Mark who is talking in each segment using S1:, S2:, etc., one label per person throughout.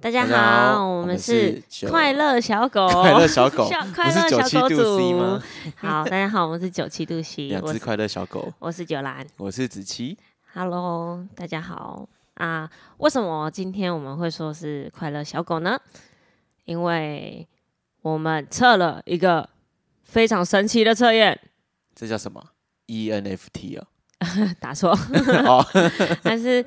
S1: 大家
S2: 大家
S1: 好，
S2: 好
S1: 我
S2: 我
S1: 们
S2: 们
S1: 是
S2: 是九
S1: 快乐小狗，
S2: 快乐小狗
S1: 小，快
S2: 不
S1: 乐
S2: 是
S1: 小
S2: 九
S1: 狗
S2: 七度 C 吗？
S1: 好，大家好，我们是九七度 C，
S2: 两
S1: 我
S2: 只
S1: 是
S2: 快乐小狗，
S1: 我是九兰
S2: 我是子琪。
S1: ，Hello，大家好啊。为什么今天我们会说是快乐小狗呢？因为我们测了一个非常神奇的测验，
S2: 这叫什么？ENFT 啊？
S1: 打错，
S2: 哦，
S1: 它是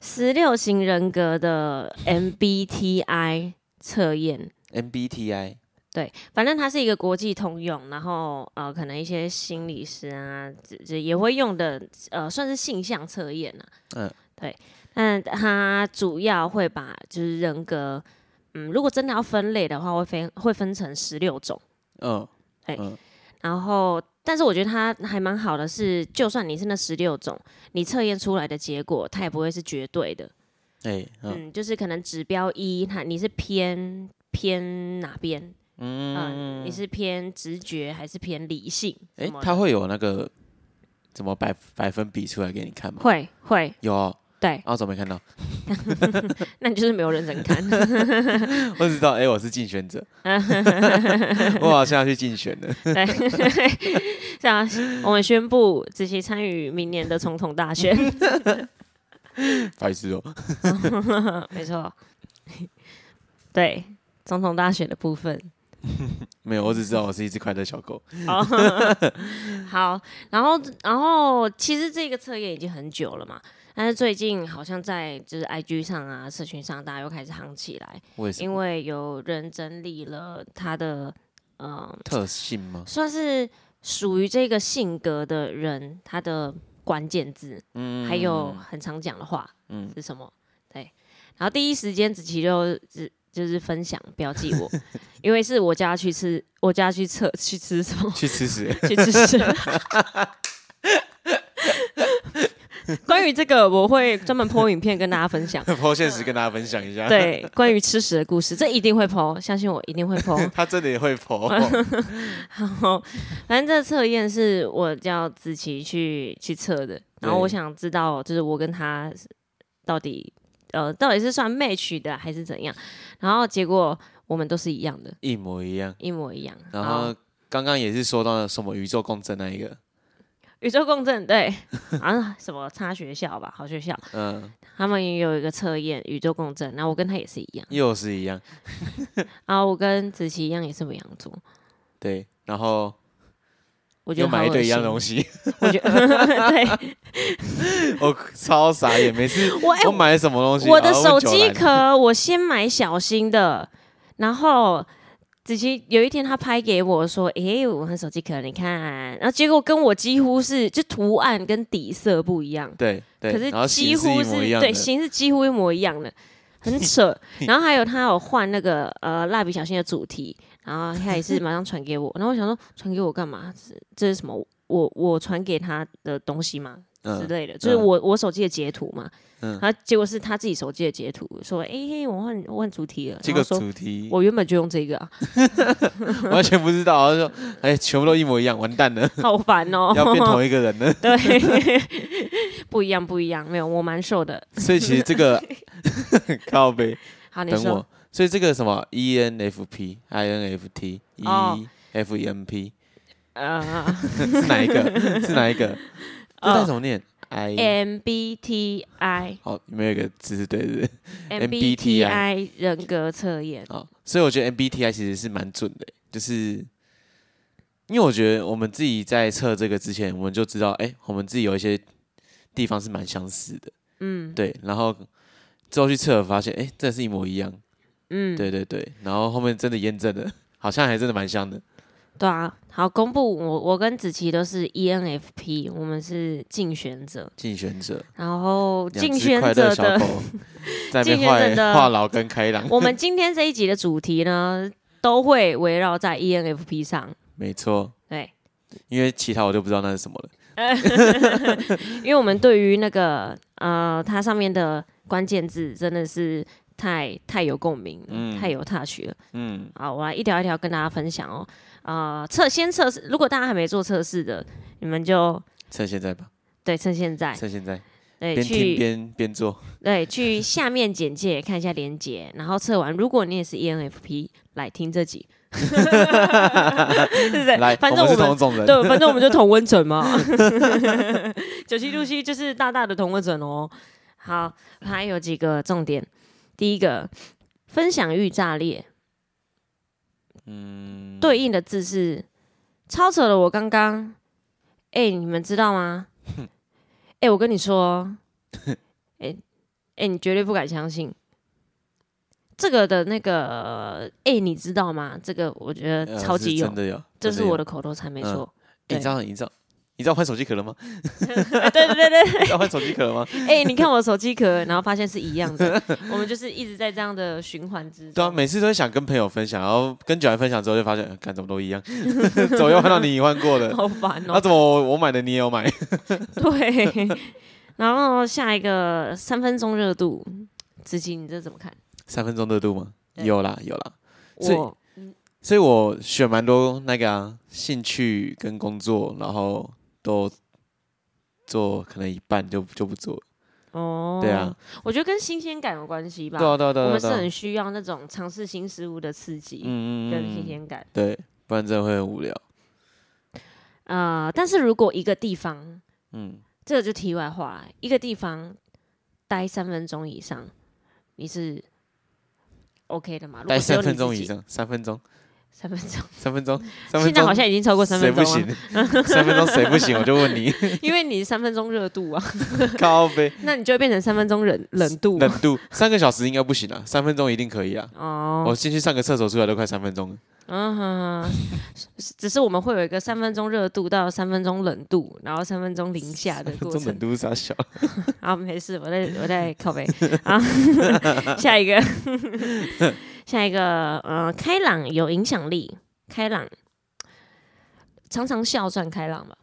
S1: 十六型人格的 MBTI 测验。
S2: MBTI
S1: 对，反正它是一个国际通用，然后呃，可能一些心理师啊，这这也会用的，呃，算是性向测验啊。
S2: 嗯，
S1: 对，但它主要会把就是人格，嗯，如果真的要分类的话，会分会分成十六种。
S2: 嗯，
S1: 然后，但是我觉得它还蛮好的是，就算你是那十六种，你测验出来的结果，它也不会是绝对的。
S2: 哎，嗯
S1: 嗯，就是可能指标一，它你是偏偏哪边，嗯，
S2: 嗯
S1: 你，是偏直觉还是偏理性？
S2: 哎
S1: 什，么的
S2: 它会有那个怎么百百分比出来给你看吗？
S1: 会会
S2: 有哦，
S1: 对，
S2: 啊，我怎么没看到？
S1: 那你就是没有认真看。
S2: 我只知道，哎，我是竞选者，我好像要去竞选了。
S1: 对， 这样我们宣布子琪参与明年的总统大选。
S2: 白痴哦，
S1: 没错， 对总统大选的部分。
S2: 没有，我只知道我是一只快乐小狗。
S1: 好，好，然后然后其实这个测验已经很久了嘛，但是最近好像在就是 IG 上啊、社群上，大家又开始夯起来，
S2: 为什
S1: 因
S2: 么？
S1: 为有人整理了他的嗯。
S2: 特性吗？
S1: 算是属于这个性格的人，他的关键字，
S2: 嗯，
S1: 还有很常讲的话，
S2: 嗯，
S1: 是什么？对，然后第一时间子琪就只就是分享标记我，因为是我家去吃，我家去测去吃什么
S2: 去吃屎。
S1: 去吃屎。关于这个，我会专门 po 影片跟大家分 享。
S2: 抛现实跟大家分享一下。，
S1: 对，关于吃屎的故事，这一定会 po，相信我一定会 po。
S2: 他真的也会抛。
S1: 然后，反正这个测验是我叫子琪去去测的，然后我想知道，就是我跟他到底呃到底是算 match 的还是怎样，然后结果我们都是一样的，
S2: 一模一样。
S1: 一模一样。
S2: 然
S1: 哦
S2: 后刚刚也是说到什么宇宙共振那一个，
S1: 宇宙共振对，啊什么差学校吧，好学校，
S2: 嗯，
S1: 他们也有一个测验宇宙共振，然后我跟他也是一样，
S2: 又是一样，
S1: 然后我跟子琪一样也是母羊座，
S2: 对，然后
S1: 我觉
S2: 又
S1: 得好
S2: 买一
S1: 恶
S2: 堆一
S1: 心
S2: 样，东西，
S1: 我觉 得对。
S2: 我 超傻眼，每次
S1: 我哎
S2: 我买了什么东西，
S1: 我
S2: 啊
S1: 的手机，
S2: 问九兰
S1: 壳我先买小心的，然后子琪有一天他拍给我说：“诶、我的手机壳，你看。”然后结果跟我几乎是就图案跟底色不一样，
S2: 对对，
S1: 可是
S2: 然后
S1: 几
S2: 形式
S1: 乎
S2: 一
S1: 是
S2: 模一样的
S1: 对，形是几乎一模一样的， 很扯。然后还有他有换那个呃蜡笔小新的主题，然后他也是马上传给我，然后我想说传给我干嘛？这这是什么？我我传给他的东西吗？之
S2: 嗯，
S1: 类的，就是
S2: 嗯
S1: 我我手机的截图嘛，
S2: 嗯
S1: 然后结果是他自己手机的截图，说哎、嘿我换我换主题了，
S2: 这
S1: 然
S2: 个
S1: 后说
S2: 主题
S1: 我原本就用这个、啊，
S2: 完全不知道，然后说哎，全部都一模一样，完 蛋了，
S1: 好烦哦、
S2: 要变同一个人了。
S1: 对， 不一样不一样，没有我蛮瘦的，
S2: 所以其实 这个 靠背，
S1: 好你
S2: 等
S1: 说
S2: 我，所以这个什么，E ENFP、INFT、
S1: 哦
S2: EFENP
S1: 呃
S2: 是哪 一个？是哪一个？这
S1: 哦
S2: 该怎么念？I
S1: MBTI
S2: 好，你们有一个字是对的。 对
S1: MBTI 人格测验，
S2: 好，所以我觉得 MBTI 其实是蛮准的，就是因为我觉得我们自己在测这个之前，我们就知道，哎、我们自己有一些地方是蛮相似的，
S1: 嗯
S2: 对。然后之后去测，发现，哎、真的是一模一样，
S1: 嗯，
S2: 对对对。然后后面真的验证了， 好像还真的蛮像的。
S1: 对啊，好公布我我跟子琪都是 E ENFP，我们是竞选者，
S2: 竞选者，
S1: 然后
S2: 两
S1: 竞
S2: 只
S1: 选
S2: 快乐
S1: 者
S2: 小
S1: 的。
S2: 狗在那
S1: 竞
S2: 边
S1: 选者的
S2: 坏话痨跟开朗，
S1: 我们今天这一集的主题呢，都会围绕在 E ENFP 上。
S2: 没错。
S1: 对，
S2: 因为其他我就不知道那是什么了。
S1: 因为我们对于那个呃，它上面的关键字真的是太太有共鸣了，
S2: 嗯
S1: 太有 touch 了。
S2: 嗯，
S1: 好，我来一条一条跟大家分享哦。呃，测先测试，如果大家还没做测试的，你们就
S2: 趁现在吧，
S1: 对趁现在。
S2: 趁现在。
S1: 对，
S2: 边听
S1: 哎去
S2: 边 边做。
S1: 对去下面简介看一下连接，然后测完。如果你也是 E ENFP，来听这 集，对不对？
S2: 来，
S1: 反
S2: 我
S1: 正我
S2: 们是
S1: 们
S2: 同种人，
S1: 对，反正我们就同温层 嘛。 九七六七就是大大的同温层哦。好，还有几个重点。第一个，分享欲炸裂，
S2: 嗯，
S1: 对应的字是超扯了。我刚刚，哎、你们知道吗？哎、我跟你说， 哎、哎、你绝对不敢相信。这个的那个，哎、你知道吗？这个我觉得
S2: 呃，
S1: 超级
S2: 是
S1: 有，
S2: 真的有，
S1: 这
S2: 真
S1: 是我
S2: 有。
S1: 的口头禅，没
S2: 嗯
S1: 错。
S2: 诶你知道你知道你知道换手机壳 了吗？
S1: 哎对对对对，
S2: 你知道换手机壳了吗？
S1: 哎、你看我手机壳，然后发现是一样的，我们就是一直在这样的循环之
S2: 对啊，
S1: 中。
S2: 每次都会想跟朋友分享，然后跟九安分享之后就发现，呃干、怎么都一样， 怎么又换到你换 过的？
S1: 好烦
S2: 那、
S1: 哦、
S2: 怎么我我买的你也有买？
S1: 对，然后下一个三分钟热度，子琪，你这怎么看？
S2: 三分钟热度吗？
S1: 对
S2: 有啦有啦，所以
S1: 我
S2: 所以我选蛮多那个啊，兴趣跟工作，然后都做可能一半就就不做了。
S1: 哦，
S2: 对啊，，
S1: 我觉得跟新鲜感有关系吧。
S2: 对啊对啊对
S1: 我
S2: 啊
S1: 们是
S2: 对啊，
S1: 很需要那种尝试新事物的刺激
S2: 嗯
S1: 跟新
S2: 嗯嗯，
S1: 鲜感。
S2: 对，不然真的会很无聊。
S1: 呃，但是如果一个地方，
S2: 嗯，
S1: 这个就题外话啦，一个地方待三分钟以上，你是 OK 的吗？如果
S2: 待
S1: 只有
S2: 三
S1: 你
S2: 分钟
S1: 自己
S2: 以，上，三分钟，
S1: 三分钟。
S2: 三分钟，三分钟，
S1: 现在好像已经超过三分钟啊
S2: 谁
S1: 了，
S2: 不行？三分钟谁不行？我就问你，
S1: 因为你三分钟热度啊，
S2: 靠呗，
S1: 那你就会变成三分钟冷冷度啊
S2: 冷度三个小时应该不行啊，三分钟一定可以啊。我
S1: 哦。
S2: 进去上个厕所出来都快三分钟了，
S1: 嗯哼，只是我们会有一个三分钟热度到三分钟冷度，然后三分钟零下的
S2: 三分
S1: 过
S2: 钟
S1: 程
S2: 冷。度傻小，
S1: 啊，没事，我在我在靠背啊。 下一个， 下一个，呃，开朗有影响力，开朗，常常笑算开朗吧。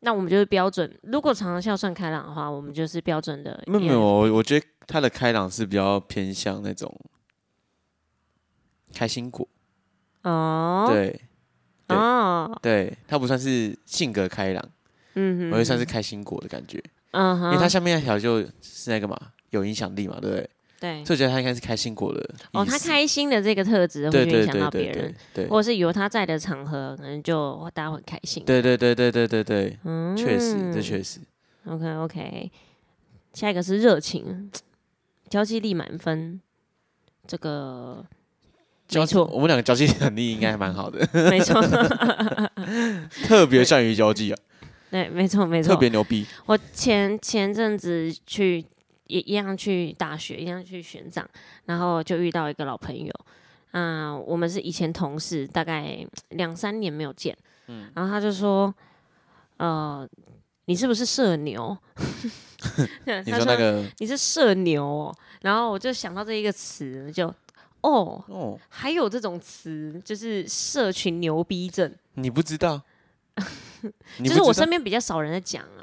S1: 那我们就是标准，如果常常笑算开朗的话，我们就是标准的。
S2: 没有没有，，我我觉得他的开朗是比较偏向那种开心果，
S1: 哦，，
S2: 对对
S1: 哦，
S2: 对，他不算是性格开朗，
S1: 嗯哼，
S2: 我觉得算是，开心果的感觉，
S1: 嗯
S2: 因
S1: 哼，
S2: 为他下面那条就是那个嘛，有影响力嘛，对不对？
S1: 对，
S2: 所以我觉得他应该是开心果的意思。
S1: 嗯哦，他开心的这个特质会
S2: 对
S1: 去影
S2: 对
S1: 响
S2: 对
S1: 到
S2: 对
S1: 别
S2: 对
S1: 人，
S2: 对
S1: 或者是有他在的场合，可能就大家会很开心。
S2: 对对对对对对对，
S1: 嗯，
S2: 确实，这确实。
S1: OK OK，下一个是热情，交际力满分，这 个没错，
S2: 我们两个交际能力应该还蛮好的，
S1: 没错，
S2: 特别善于交际啊，
S1: 对，没错 没
S2: 特
S1: 错。
S2: 别牛逼。
S1: 我前前阵子去也一样去大学，一样去选长，然后就遇到一个老朋友。啊、我们是以前同事，大概两三年没有见，
S2: 嗯
S1: 然后他就说，呃，你是不是社牛？ 对
S2: 你
S1: 他
S2: 说那个
S1: 你是社牛哦，然后我就想到这一个词，就哦，
S2: 哦，
S1: 还有这种词，就是社群牛逼症，
S2: 你不 知道，你
S1: 就
S2: 不
S1: 是我
S2: 知道
S1: 身边比较少人在讲啊，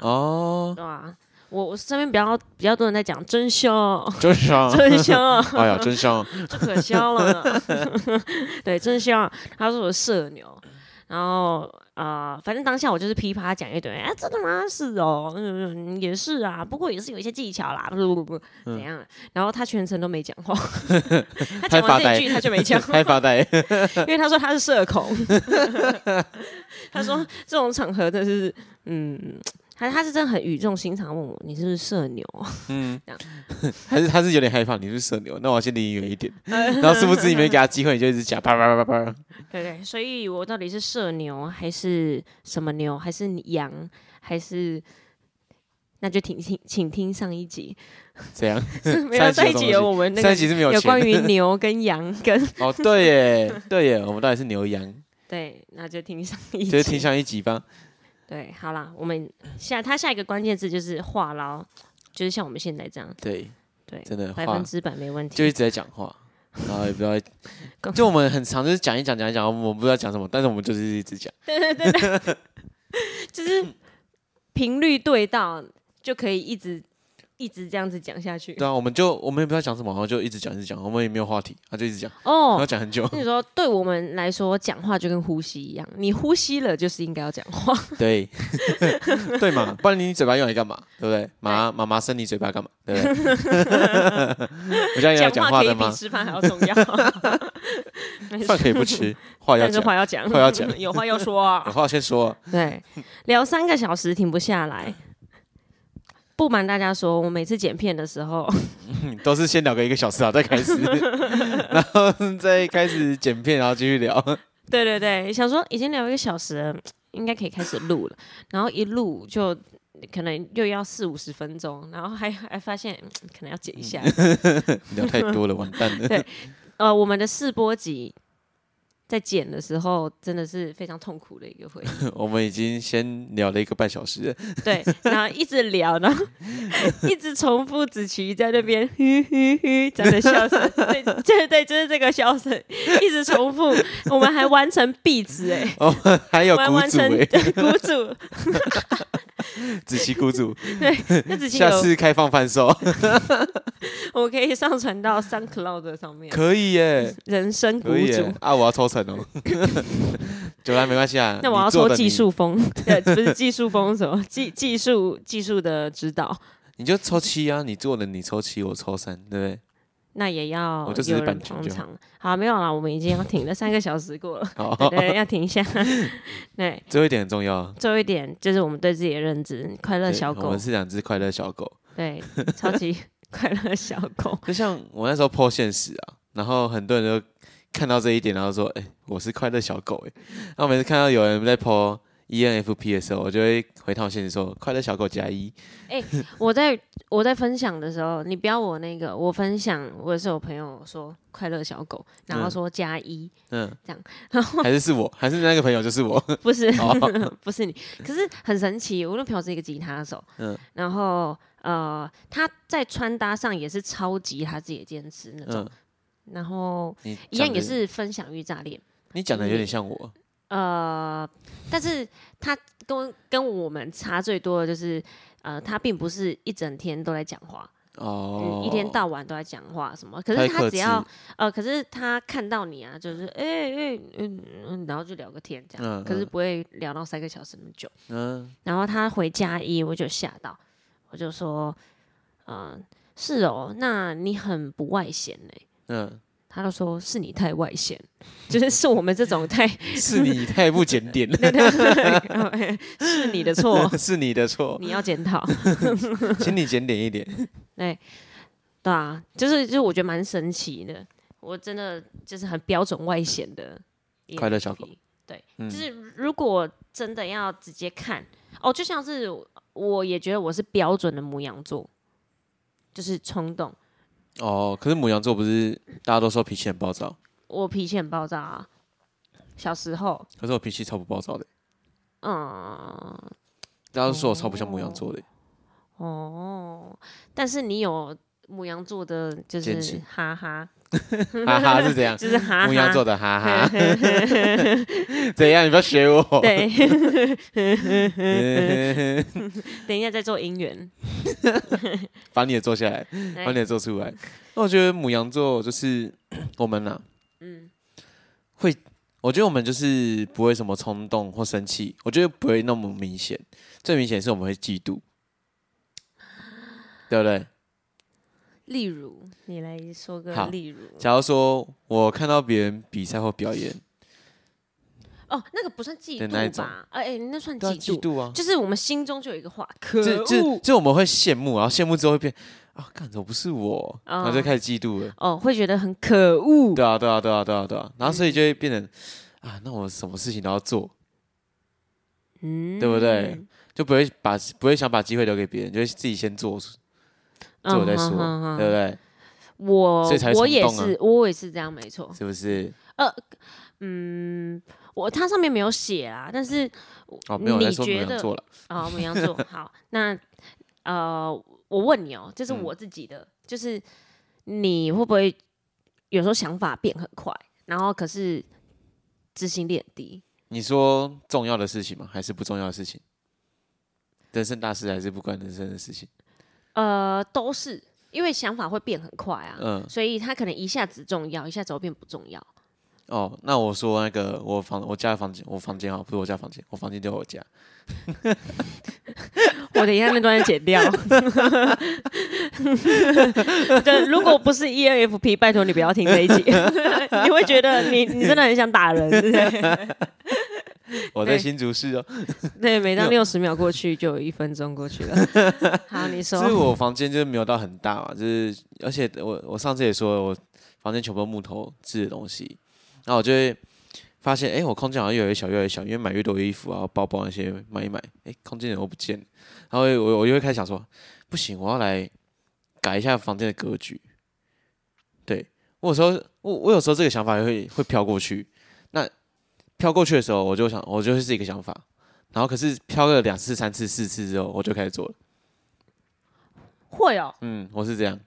S2: 哦，
S1: 对啊，我我身边比较比较多人在讲真香，
S2: 真香，
S1: 真香，
S2: 哎呀，真香，
S1: 这可香了呢， 对，真香，他说我社牛，然后。啊、反正当下我就是噼啪讲一堆，啊，真的吗？是哦，嗯，也是啊，不过也是有一些技巧啦，不不不不，怎样的？然后他全程都没讲话，他讲完这一句他就没讲 话
S2: 太，发呆，
S1: 因为他说他是社恐， 他说这种场合真是，嗯，他他是真的很语重心长问我，你是不是社牛？
S2: 嗯
S1: 这样，
S2: 还是他是有点害怕，你是社牛，那我先离你远一 点，然后是不是你没给他机会，你就一直讲啪啪啪啪啪，
S1: 对对，所以我到底是社牛还是什么牛，还是羊，还是？那就请请请听上一集，
S2: 这样，
S1: 没有
S2: 上
S1: 上
S2: 嗯一
S1: 一
S2: 集
S1: 集
S2: 有
S1: 有我们 那
S2: 上
S1: 个
S2: 一集是没有
S1: 有
S2: 钱
S1: 关
S2: 的，
S1: 于牛跟羊跟
S2: 哦，对耶，对耶，我们到底是牛羊，
S1: 对，那就听上一集。
S2: 就是听上一集吧，
S1: 对，好啦，我们下他下一个关键字就是话痨，就是像我们现在这样，
S2: 对，
S1: 对，
S2: 真的
S1: 百
S2: 话
S1: 分之百没问题。
S2: 就一直在讲话，然后也不知道在
S1: 公，
S2: 就我们很常就是讲一讲讲一讲，我们不知道讲什么，但是我们就是一直讲。
S1: 就是频率对到就可以一直一直这样子讲下去。
S2: 对啊，我们就我们也不知道讲什么，然后就一直讲一直讲，我们也没有话题，啊他就一直讲，然后
S1: 哦，
S2: 讲 很久。
S1: 那时候对我们来说，讲话就跟呼吸一样，你呼吸了就是应该要讲话。
S2: 对，对嘛，不然你嘴巴用来干嘛？对不对？
S1: 哎
S2: 妈妈妈生你嘴巴干嘛？对不 对？我现在 要
S1: 话
S2: 话
S1: 可以
S2: 的
S1: 比
S2: 吗？
S1: 吃饭还要重要。没
S2: 饭
S1: 事，
S2: 可以不吃，话要
S1: 但是
S2: 讲，
S1: 话要讲，
S2: 话要讲
S1: 有话要说啊
S2: 有。话先说。
S1: 对，聊三个小时停不下来。不瞒大家说，我每次剪片的时候，
S2: 都是先聊个一个小时啊，再开始，然后再开始剪片，然后继续聊。
S1: 对对对，想说已经聊一个小时了，应该可以开始录了。然后一录就可能又要四五十分钟，然后还还发现嗯可能要剪一下。
S2: 聊太多了，完蛋 了。
S1: 对呃，我们的试播集在剪的时候真的是非常痛苦的一个回忆。
S2: 我们已经先聊了一个半小时了，
S1: 对，然后一直聊，然后一直重复子琪在那边吁吁吁这样的笑声，对，对对，就是这个笑声一直重复。我们还完成壁纸哎、
S2: 哦，还有
S1: 我们
S2: 鼓
S1: 完
S2: 组
S1: 成
S2: 哎、
S1: 对鼓组，
S2: 子琪 鼓组，
S1: 那子琪
S2: 下
S1: 有
S2: 次开放 贩售，
S1: 我可以上传到 SoundCloud 上面，
S2: 可以耶、
S1: 人生谷
S2: 可以耶、
S1: 主。
S2: 啊！我要抽 成哦，九兰没关系啊。
S1: 那我要
S2: 你做
S1: 说
S2: 的
S1: 技，术风， 对，不是技术风什么技技术技术的指导，
S2: 你你就抽七啊，你做的你抽七，我抽三，对不对？
S1: 那也要
S2: 我哦就只是
S1: 有人
S2: 版权
S1: 捧
S2: 就好
S1: 场。好，没有啦，我们已经要停了三个小时过 了，
S2: 好，
S1: 对对，要停一下。 对，
S2: 最后一点很重要啊。
S1: 最后一点就是我们对自己的认知，快乐
S2: 对
S1: 小
S2: 我
S1: 狗
S2: 们，是两只快乐小狗。
S1: 对，超 级快乐小狗。
S2: 就像我那时候破现实啊，然后很多人都看到这一点，然后说：“哎、我是快乐小狗。”哎，然后每次看到有人在破 E ENFP 的时候，我就会回他们现实说：“快乐小狗加一。
S1: 我在我在分享的时候，你不要我那个，我分享我也是有朋友说快乐小狗，然后
S2: 嗯
S1: 说加一，”
S2: 嗯，
S1: 这样，
S2: 还是是我，还是那个朋 友就是我。
S1: 不是、
S2: 嗯哦
S1: 不是你，可是很神奇。我那朋友是一个吉他手，
S2: 嗯
S1: 然后呃，他在穿搭上也是超级他自己的坚持那种，
S2: 嗯，
S1: 然后
S2: 你
S1: 一样
S2: 讲
S1: 也
S2: 得，
S1: 是嗯分享欲炸裂，
S2: 你讲的有点像我。
S1: 呃，但是他跟跟我们差最多的就是，呃，他并不是一整天都在讲话，
S2: 哦
S1: 嗯，，一天到晚都在讲话什么，可
S2: 太
S1: 是他
S2: 克
S1: 只要
S2: 制
S1: 呃，可是他看到你啊，就是哎哎、嗯嗯，然后就聊个天这样，
S2: 嗯
S1: 可是
S2: 嗯
S1: 不会聊到三个小时那么久。
S2: 嗯，
S1: 然后他回家一，我就吓到，我就说，嗯、是哦，那你很不外显呢、
S2: 嗯，
S1: 他就说是你太外显，就是是我们这种太
S2: 是你太不检点了，
S1: 对对对，然后哎是你的错，
S2: 是你的错，
S1: 你要检讨。
S2: 请你检点一点。
S1: 对啊，就是就是我觉得蛮神奇的，我真的就是很标准外显的 ENFP
S2: 快乐小狗。
S1: 对，
S2: 嗯
S1: 就是如果真的要直接看哦，就像是我也觉得我是标准的母羊座，就是冲动，
S2: 哦，可是母羊座不是大家都说脾气很暴躁，
S1: 我脾气很暴躁啊。小时候，
S2: 可是我脾气超不暴躁的，
S1: 嗯，
S2: 大家都说我超不像母羊座的。
S1: 哦，但是你有母羊座的，就
S2: 坚
S1: 是
S2: 持
S1: 哈哈，
S2: 哈哈，是这样。
S1: 就是哈哈，
S2: 牧羊座的哈哈， 怎样？你不要学我。
S1: 对，
S2: 对，
S1: 等一下再做姻缘。
S2: 把你也做下来，把你也做出来。那我觉得母羊座就是 我们呐、啊，
S1: 嗯，
S2: 会，我觉得我们就是不会什么冲动或生气，我觉得不会那么明显。最明显是我们会 嫉妒，对不对？
S1: 例如，你来说个
S2: 好
S1: 例如
S2: 假如说我看到别人比赛或表演，
S1: 哦，那个不算嫉
S2: 的那一
S1: 妒
S2: 种
S1: 吧？哎、哎，那算
S2: 对啊，
S1: 嫉
S2: 嫉
S1: 妒，
S2: 妒啊，
S1: 就是我们心中就有一个话，可
S2: 这这
S1: 恶
S2: 这我们会羡慕，然后羡慕之后会变啊，干怎么不是我？然后就
S1: 哦
S2: 开始嫉妒了。
S1: 哦，会觉得很可恶。
S2: 对啊，对啊，对啊，对啊，对啊。然后所以就会变成啊，那我什么事情都要做，
S1: 嗯，
S2: 对不对？就不会把不会想把机会留给别人，就会自己先做，
S1: 嗯？
S2: 做再说
S1: 哼哼
S2: 对
S1: 哼
S2: 不对？
S1: 我
S2: 所以才会
S1: 我
S2: 冲
S1: 也
S2: 动啊
S1: 是，我也是这样，没错。
S2: 是不是？
S1: 嗯，我它上面没有写啦，但是
S2: 哦，没有我在
S1: 你
S2: 说母
S1: 觉
S2: 羊
S1: 得
S2: 座了，
S1: 啊，母羊座。好，那呃，我问你哦，这是我自己的，就是你会不会有时候想法变很快，然后可是执行力很低？
S2: 你说重要的事情吗？还是不重要的事情？人生大事还是不关人生的事情？
S1: 呃，都是因为想法会变很快啊，
S2: 嗯，
S1: 所以他可能一下子重要，一下子又变不重要。
S2: 哦，那我说那个我房我家的房间，我房间啊，不是我家房间，我房间就是我家。
S1: 我等一下那段要剪掉。 对，如果不是 E ENFP，拜托你不要听这一集， 你会觉得你你真的很想打人。对不对
S2: 我在
S1: 对
S2: 新竹市哦，
S1: 对，每当六十秒过去，就有一分钟过去了。 好，你
S2: 所以
S1: 说，
S2: 我房间就是没有到很大嘛，就是而且我我上次也说了，我房间全部都木头制的东西，然后我就会发现，哎、我空间好像越来越小，越来越小，因为买越多衣服啊、包包那些买一买，哎、空间怎么不见了？然后我我就会开始想说，不行，我要来改一下房间的格局。对我有时候，我我有时候这个想法也会会飘过去，那飘过去的时候，我就想，我就是一个想法。然后可是飘了两次、三次、四次之后，我就开始做了。
S1: 会哦，
S2: 嗯，我是这样。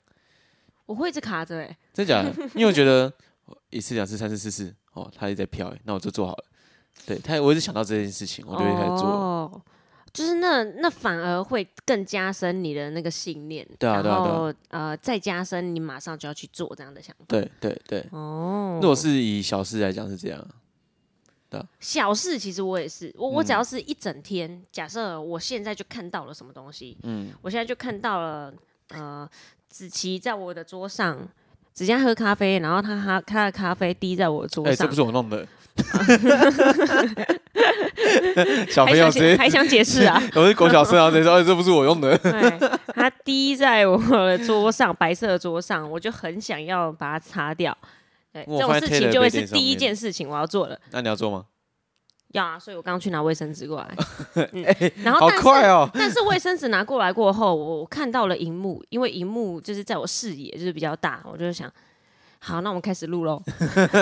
S1: 我会一直卡着哎、
S2: 真假的？因为我觉得一次、两次、三次、四次，哦，他也在飘、欸，那我就做好了。对他，我一直想到这件事情，我就会开始做。
S1: 哦就是那那反而会更加深你的那个信念，
S2: 对啊对
S1: 然
S2: 啊对啊
S1: 后呃再加深你马上就要去做这样的想法。
S2: 对对对，
S1: 哦
S2: 如果是以小事来讲是这样，
S1: 小事其实我也是，我我
S2: 嗯
S1: 只要是一整天，假设我现在就看到了什么东西，嗯，我现在就看到了呃，子琪在我的桌上，子佳喝咖啡，然后他他他的咖啡滴在我桌
S2: 哎、
S1: 上，
S2: 这不是我 弄的。小朋
S1: 还想
S2: 友直
S1: 解
S2: 接，
S1: 还想解释啊？
S2: 我是国小生，然后直接说，哎、这不是我用的。
S1: 对，它滴在我的桌上，白色的桌上，我就很想要把它擦掉。对，
S2: 我
S1: 这种
S2: 放在
S1: 事
S2: Taylor
S1: 情
S2: 的
S1: 就会
S2: 杯
S1: 是
S2: 垫上
S1: 第一
S2: 面
S1: 件事情我要做了。
S2: 那你要做吗？
S1: 要啊，所以我刚刚去拿卫生纸过 来。嗯，然后
S2: 哎好
S1: 但是
S2: 快哦！
S1: 但是卫生纸拿过来过后，我我看到了荧幕，因为荧幕就是在我视野就是比较大，我就想，好，那我们开始 录喽。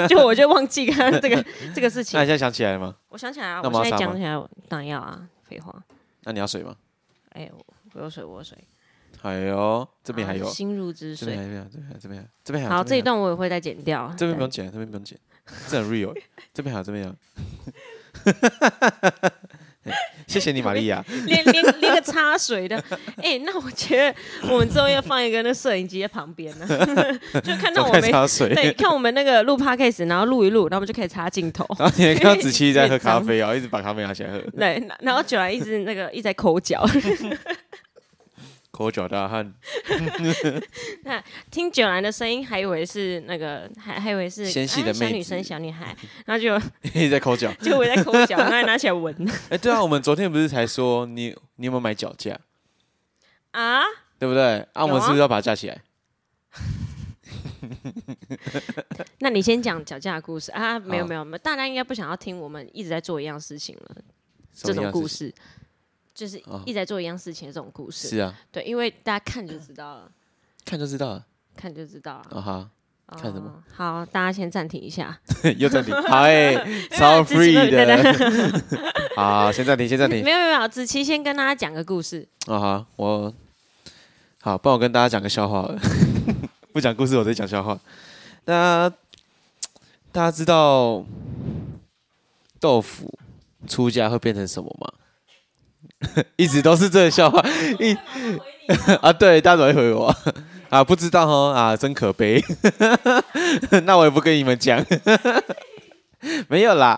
S1: 就我就忘记刚刚这个这个事
S2: 那你
S1: 情，
S2: 现在想起来了吗？
S1: 我想起来啊，
S2: 那我们
S1: 我现在
S2: 要撒吗
S1: 讲起来，当然要啊，废话，
S2: 那你要水吗？
S1: 哎、我我有水，我有水，
S2: 哎呦，这边还有
S1: 啊，心如止
S2: 这边
S1: 水。
S2: 还有，这边还有，这边还有，这边还有。
S1: 好，这一
S2: 边
S1: 段我也会再剪掉
S2: 还有，。 这边不
S1: 对
S2: 用剪，这边不用剪，这很 real 欸。这边还有，这边还 有。谢谢你，玛 利亚。
S1: 连连连个插水的， 哎、那我觉得我们之后要放一个那摄影机在旁边呢、 就看到
S2: 我
S1: 我
S2: 开始
S1: 们
S2: 喝水，
S1: 对，看我们那个录 podcast，然后录一录，然后我们就可以插镜头。
S2: 然后你还看到子琪在喝咖 啡哦，一直把咖啡拿起来喝，
S1: 对，然然后九来一直那个一直在抠脚，
S2: 口角啊大汉，
S1: 听九来的声音还以为是那个，还还以为是
S2: 纤细的
S1: 啊小
S2: 妹
S1: 女
S2: 子
S1: 生、小女孩，然后就
S2: 一直在口角。
S1: 就我在抠脚，然后还拿起来闻
S2: 哎，对啊，我们昨天不是才说你你有没有买脚架，
S1: 啊，
S2: 对不对？啊，
S1: 有
S2: 我们
S1: 啊
S2: 是不是要把它架起来？
S1: 那你先讲脚架的故事啊？没有没有没有，大家应该不想要听我们一直在做一样事情了，
S2: 什
S1: 这
S2: 么
S1: 种
S2: 样的
S1: 故
S2: 事
S1: 事就是
S2: 哦
S1: 一直在做一样事情的这种故事。
S2: 情是啊，
S1: 对，因为大家看就知道了，
S2: 看就知道了
S1: 看就知道了。
S2: 啊哈。 看什么
S1: 哦？好，大家先暂停一下。
S2: 又暂停，好哎， 超
S1: 子琪
S2: free
S1: 对
S2: 的。 好，先暂停，先暂 停
S1: 没有没有，没有子琪先跟大家讲个故事。
S2: 啊哈。我好，帮我跟大家讲个笑话好了， 不讲故事，我在讲笑话。那大家知道豆腐出家会变成什么吗？ 一直都是这个笑话，一啊，对，大家怎么会回我 啊？不知道哦，啊，真可悲。 那我也不跟你们讲， 没有啦，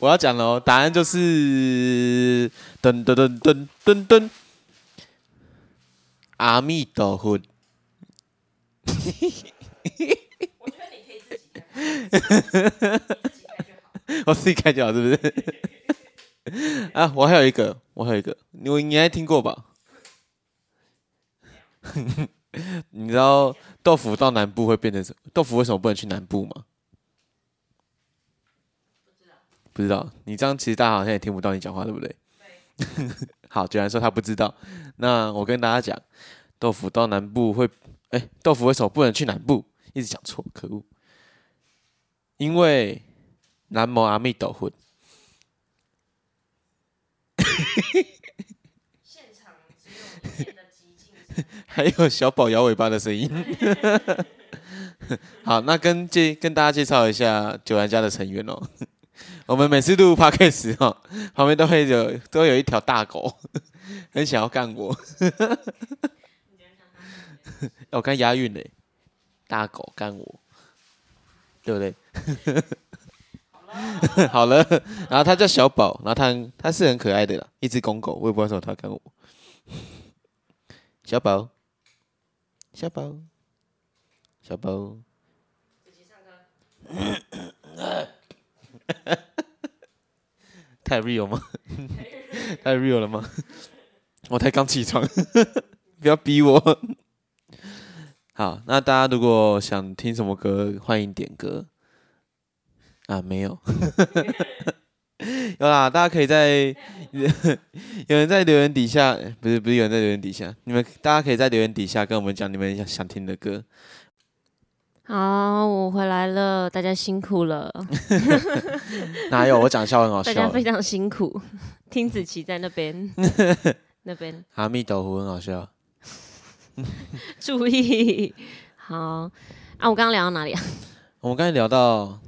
S2: 我要讲喽。答案就是噔噔噔噔噔噔，阿弥陀佛。我自己开就好，是不是？啊，我还有一个，我还有一个，你我应该听过吧？你知道豆腐到南部会变成什么？豆腐为什么不能去南部吗？不知道，你这样其实大家好像也听不到你讲话，对不对？ 好，居然说他不知道。那我跟大家讲，豆腐到南部会，哎、豆腐为什么不能去南部？一直讲错，可恶！因为南无阿弥陀佛。 还有小宝摇尾巴的声音。 好，那跟介跟大家介绍一下九兰家的成员哦。我们每次录 podcast 哦，旁边都会有都有一条大狗，很想要干我。我刚哦押韵嘞，大狗干我，对不 对？好了，然后它叫小宝，然后它很它是很可爱的啦，一只公狗，我也不知道为什么它干我。小宝，小宝，小宝，太 real 吗？ 太 real 了吗？ 我才刚起床， 不要逼我。好，那大家如果想听什么歌，欢迎点歌。啊，没有， 有啦，大家可以在 有人在留言底下，呃不是不是有人在留言底下，你们大家可以在留言底下跟我们讲你们想想听的歌。
S1: 好，我回来了，大家辛苦了，
S2: 哪有？我讲笑话很好
S1: 大家
S2: 笑
S1: 非。常辛 苦。听子琪在那边，那边
S2: 阿密斗湖很好笑。
S1: 注意。好啊，我刚刚聊到哪里啊？
S2: 我们刚才聊到，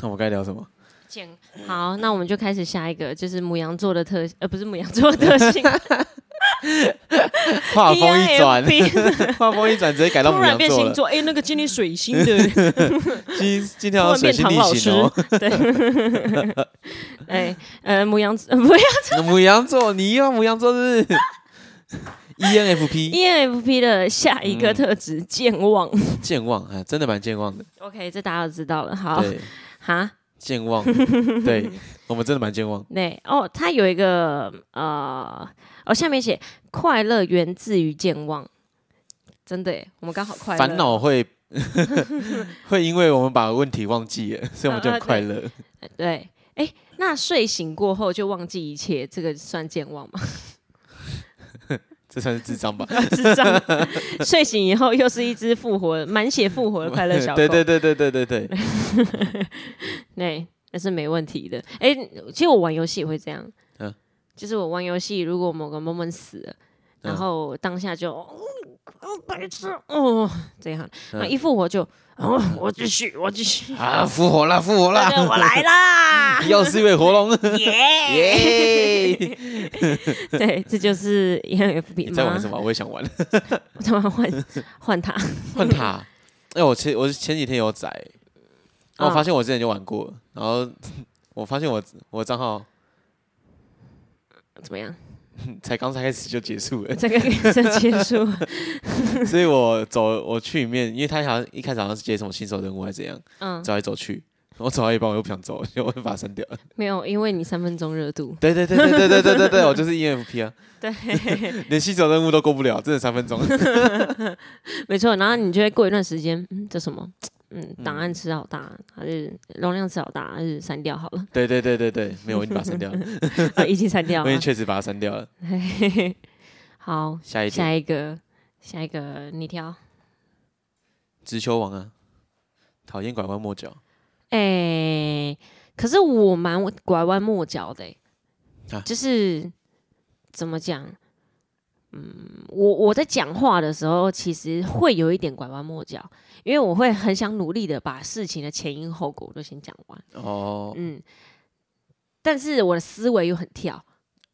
S2: 那我们该 聊什么？
S1: 剪好，那我们就开始下一个，就是母羊座的特，呃，不是母羊座的特 性，，
S2: 话锋一转
S1: TIFP
S2: 话锋一转，直接改到
S1: 突
S2: 母
S1: 然
S2: 羊
S1: 变
S2: 座
S1: 星
S2: 了。
S1: 座，哎、那个今天水星 的，
S2: 今今天
S1: 突
S2: 好
S1: 然
S2: 像水
S1: 变
S2: 星
S1: 唐
S2: 逆
S1: 老师
S2: 行哦。，
S1: 对， 哎、呃，母羊座、呃不要
S2: 母羊座，你又要母羊座是 E 不是
S1: ，E
S2: ？ENFP
S1: ENFP 的下一
S2: 嗯
S1: 个特质、健忘。
S2: 健忘，哎，真的蛮健忘的。
S1: OK，这大家都知道了。好，
S2: 对，
S1: 哈，
S2: 健忘，对我们真的蛮健忘。
S1: 对哦，它有一个呃，哦，下面写快乐源自于健忘，真的耶，我们刚好快乐。
S2: 烦 恼会会因为我们把问题忘记 了，所以我们就很快乐。
S1: 啊对，哎，那睡醒过后就忘记一切，这个算健忘吗？
S2: 这算是智障吧？
S1: 智障。睡醒以后又是一只复活、满血复活的快乐 小狗。
S2: 对对对对对 对对，
S1: 对，哎那是没问题的。哎、其实我玩游戏也会这样，
S2: 嗯
S1: 就是我玩游戏，如果某个 moment 死了，然
S2: 嗯
S1: 后当下就，哦，哦白痴，哦，这样，然后
S2: 嗯
S1: 一复活就，哦，我继续，我继 续，
S2: 啊，复活啦，复活
S1: 对对
S2: 啦！，
S1: 我来啦
S2: 又是一尾 活龙，
S1: 耶！
S2: 耶！
S1: 对，这就是 ENFP
S2: 你在玩什
S1: 吗？
S2: 么？我也想玩，
S1: 我他妈换换他，
S2: 换塔。哎，我前我前几天有载，然后哦我发现我之前就玩过了，然后我发现我我账号
S1: 啊怎么样？
S2: 才刚才开始就结束了，
S1: 这个这结 束，
S2: 所以我走我去里面，因为他好像一开始好像是接什么新手任务还是怎样，
S1: 嗯，
S2: 走来走去，我走到一半我又不想走，所以我就把它删掉了。
S1: 没有，因为你三分钟热度，
S2: 对对对对对对对对对，我就是 ENFP 啊，
S1: 对，
S2: 连新手任务都过不了，真的三分钟。
S1: 没错，然后你就会过一段时间，嗯，这什么？嗯，档案吃好大，还是容量吃好大，还是删掉好了？
S2: 对对对对对，没有，我已经把它删掉了，
S1: 啊，一起删掉
S2: 我已经
S1: 啊。
S2: 确实把它删掉了。
S1: 好，
S2: 下一
S1: 下
S2: 题，
S1: 一个，下一个你挑。
S2: 直球王啊，讨厌拐弯抹角
S1: 哎、可是我蛮拐弯抹角的欸、
S2: 啊
S1: 就是怎么讲？嗯，我我在讲话的时候，其实会有一点拐弯抹角，因为我会很想努力的把事情的前因后果都先讲完。
S2: 哦，
S1: 嗯，但是我的思维又很跳，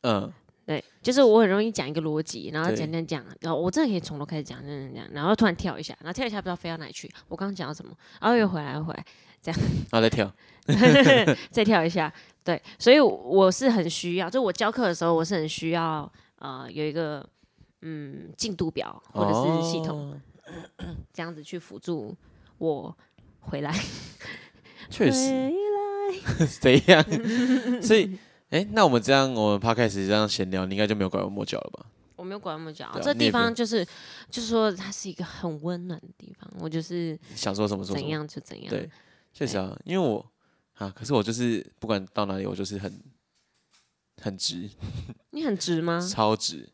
S2: 嗯，
S1: 对，就是我很容易讲一个逻辑，然后
S2: 对
S1: 讲讲讲，然后我真的可以从头开始讲，讲讲讲，然后突然跳一下，然后跳一下不知道飞到哪里去，我刚刚讲到什么，然后又回来又回来，
S2: 然后再跳，
S1: 再跳一下，对，所以我是很需要，就我教课的时候，我是很需要呃有一个嗯进度表或者是系统、
S2: 哦，
S1: 这样子去辅助我回来，
S2: 确实
S1: 回
S2: 是这样，所以。哎、那我们这样，我们 podcast 这样闲聊，你应该就没有拐弯抹角了吧？
S1: 我没有管那么久啊，
S2: 对啊
S1: 这
S2: 你也
S1: 地
S2: 不用
S1: 方就是就是说它是一个很温暖的地方，我就是
S2: 想说什么说什
S1: 怎
S2: 么，
S1: 样就怎样。
S2: 对确实啊，因为我啊，可是我就是不管到哪里，我就是很很直，
S1: 你很直吗？
S2: 超直，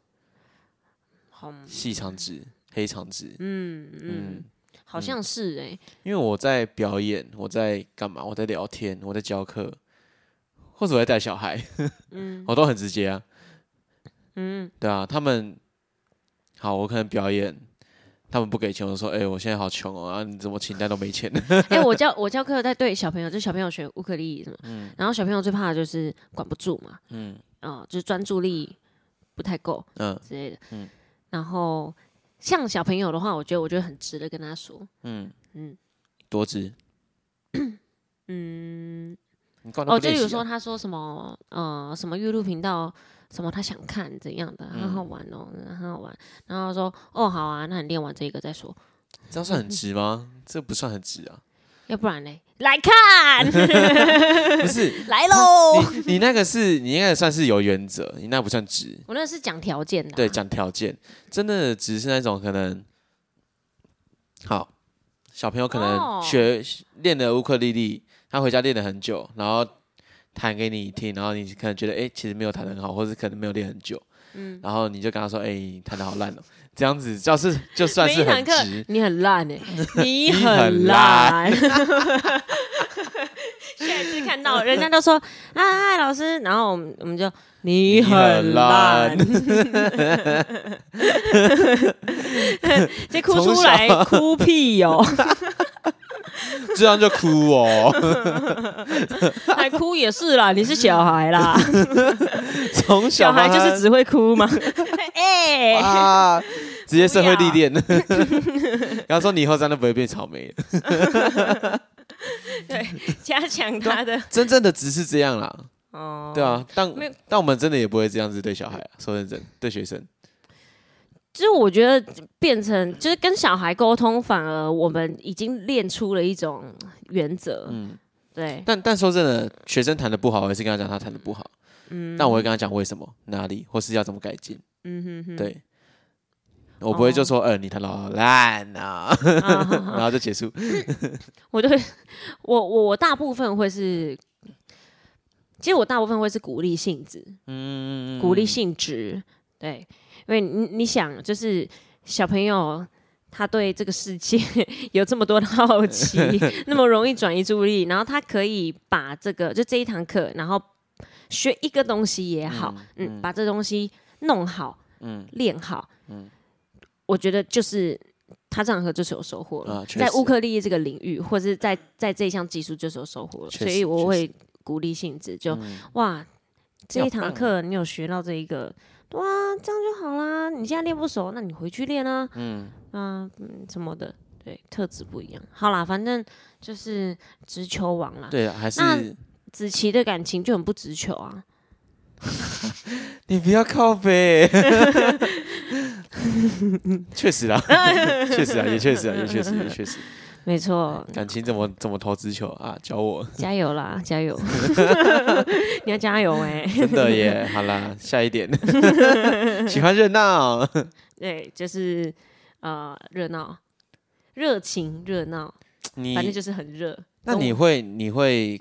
S1: 好吗，
S2: 细长直、黑长直。
S1: 嗯嗯
S2: 嗯，，
S1: 好像是哎、
S2: 因为我在表演，我在干嘛？我在聊天，我在教课，或者我在带小孩，
S1: 嗯
S2: 我都很直接啊。
S1: 嗯，
S2: 对啊，他们好，我可能表演，他们不给钱，我就说：“哎、我现在好穷哦，啊，你怎么请单都没钱？”
S1: 哎、我教我教课在对小朋友，就是小朋友学乌克丽丽什么，然后小朋友最怕的就是管不住嘛，
S2: 嗯
S1: 嗯、就是专注力不太够
S2: 嗯
S1: 之类的，
S2: 嗯
S1: 然后像小朋友的话，我觉得我觉得很值得跟他说，
S2: 嗯
S1: 嗯
S2: 嗯，多值。
S1: 嗯，
S2: 你干嘛
S1: 哦，
S2: 不
S1: 就
S2: 练
S1: 比
S2: 习啊
S1: 如说他说什么呃什么月录频道什么他想看怎样的，很
S2: 嗯
S1: 好玩哦，很好玩，然后说哦好啊，那你练完这个再说，
S2: 这样算很值吗？这不算很值啊，
S1: 要不然嘞来 看
S2: 不 是。
S1: 来喽，
S2: 你你那个是你应该算是有原则，你那不算值。
S1: 我那是讲条件的啊，
S2: 对，讲条件，真的只是那种可能，好，小朋友可
S1: 哦
S2: 能学练了乌克丽丽，他回家练了很久，然后弹给你听，然后你可能觉得，哎、其实没有弹得很好，或者可能没有练很久，嗯，然后你就跟他说，哎、你弹得好烂哦、这样子就是就算
S1: 每
S2: 是
S1: 一堂
S2: 很
S1: 课
S2: 值，
S1: 你很烂 哎、你
S2: 你
S1: 很
S2: 很
S1: 烂
S2: 烂。
S1: 下一次看 到人家都说啊，老师，然后我们我们就你
S2: 你很
S1: 很烂
S2: 烂，
S1: 这哭出来
S2: 从小
S1: 哭屁哦哟、
S2: 这样就哭哦。
S1: 还哎哭也是啦，你是小孩啦，
S2: 从 小
S1: 小孩
S2: 慢慢
S1: 就是只会哭 嘛。哎、
S2: 啊，直接社会
S1: 不要
S2: 历练。 然后说你以后真的不会变草莓了，
S1: 对，加强他的
S2: 真正的值是这样啦。
S1: 哦，
S2: 对，啊，但
S1: 没有
S2: 但我们真的也不会这样子对小孩啊，说认真，对学生，
S1: 就是我觉得变成就是跟小孩沟通，反而我们已经练出了一种原则。
S2: 嗯，
S1: 对，
S2: 但但说真的，学生弹的不好，我也是跟他讲他弹的不好，
S1: 嗯，
S2: 但我会跟他讲为什么、哪里，或是要怎么改进，
S1: 嗯哼哼，
S2: 对。我不会就说，呃，你弹的好烂 啊，
S1: 啊好好
S2: 然后就结束。
S1: 我就会，我我我大部分会是，其实我大部分会是鼓励性质，
S2: 嗯，
S1: 鼓励性质，对，因为你你想，就是小朋友他对这个世界 有这么多的好 奇，那么容易转移注意力，然后他可以把这个就这一堂课，然后学一个东西也好，嗯，把这东西弄好，嗯，练好，嗯，我觉得就是。他这堂课就是有收获了，
S2: 啊确
S1: 在
S2: 实
S1: 乌克丽丽这个领域，或是在在这项技术就是有收获了，
S2: 确
S1: 所
S2: 实
S1: 以我
S2: 确
S1: 会鼓励性质，就、哇，这
S2: 要
S1: 一堂
S2: 棒
S1: 课你有学到这一个，对啊，这样就好啦。你现在练不熟，那你回去练啊，嗯啊嗯什么的，对，特质不一样。好啦，反正就是直球王啦。
S2: 对啊，还
S1: 那
S2: 是
S1: 子琪的感情就很不直球啊，
S2: 你不要靠背。 确实啦，确实啊，也确实啊，也确实，也确实。
S1: 没错，
S2: 感情怎么怎么投直球啊？教我，
S1: 加油啦，加 油，你要加油哎、
S2: 真的耶。好啦，下一 点，喜欢热闹。
S1: 对，就是呃热闹。热情热闹，
S2: 你
S1: 反正就是很热。
S2: 那你会你会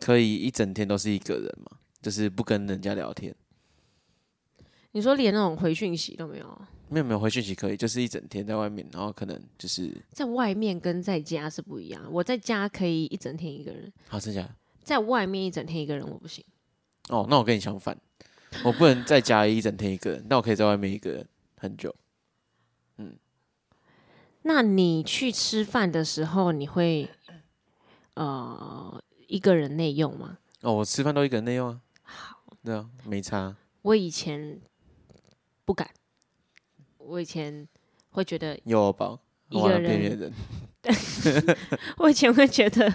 S2: 可以一整天都是一个人吗？就是不跟人家聊天，
S1: 你说连那种回讯息都没有，啊
S2: 没有没有回讯息可以，就是一整天在外面，然后可能就是
S1: 在外面跟在家是不一样。我在家可以一整天一个人，
S2: 好剩下
S1: 在外面一整天一个人我不行。
S2: 哦，那我跟你相反，我不能在家一整天一个人，但我可以在外面一个人很久。
S1: 那你去吃饭的时候，你会呃一个人内用吗？
S2: 哦，我吃饭都一个人内用啊。好，对啊，没差。
S1: 我以前不敢，我以前会觉得，
S2: 有吧？
S1: 一个
S2: 完了边
S1: 人
S2: 缘人，
S1: 我以前会觉得，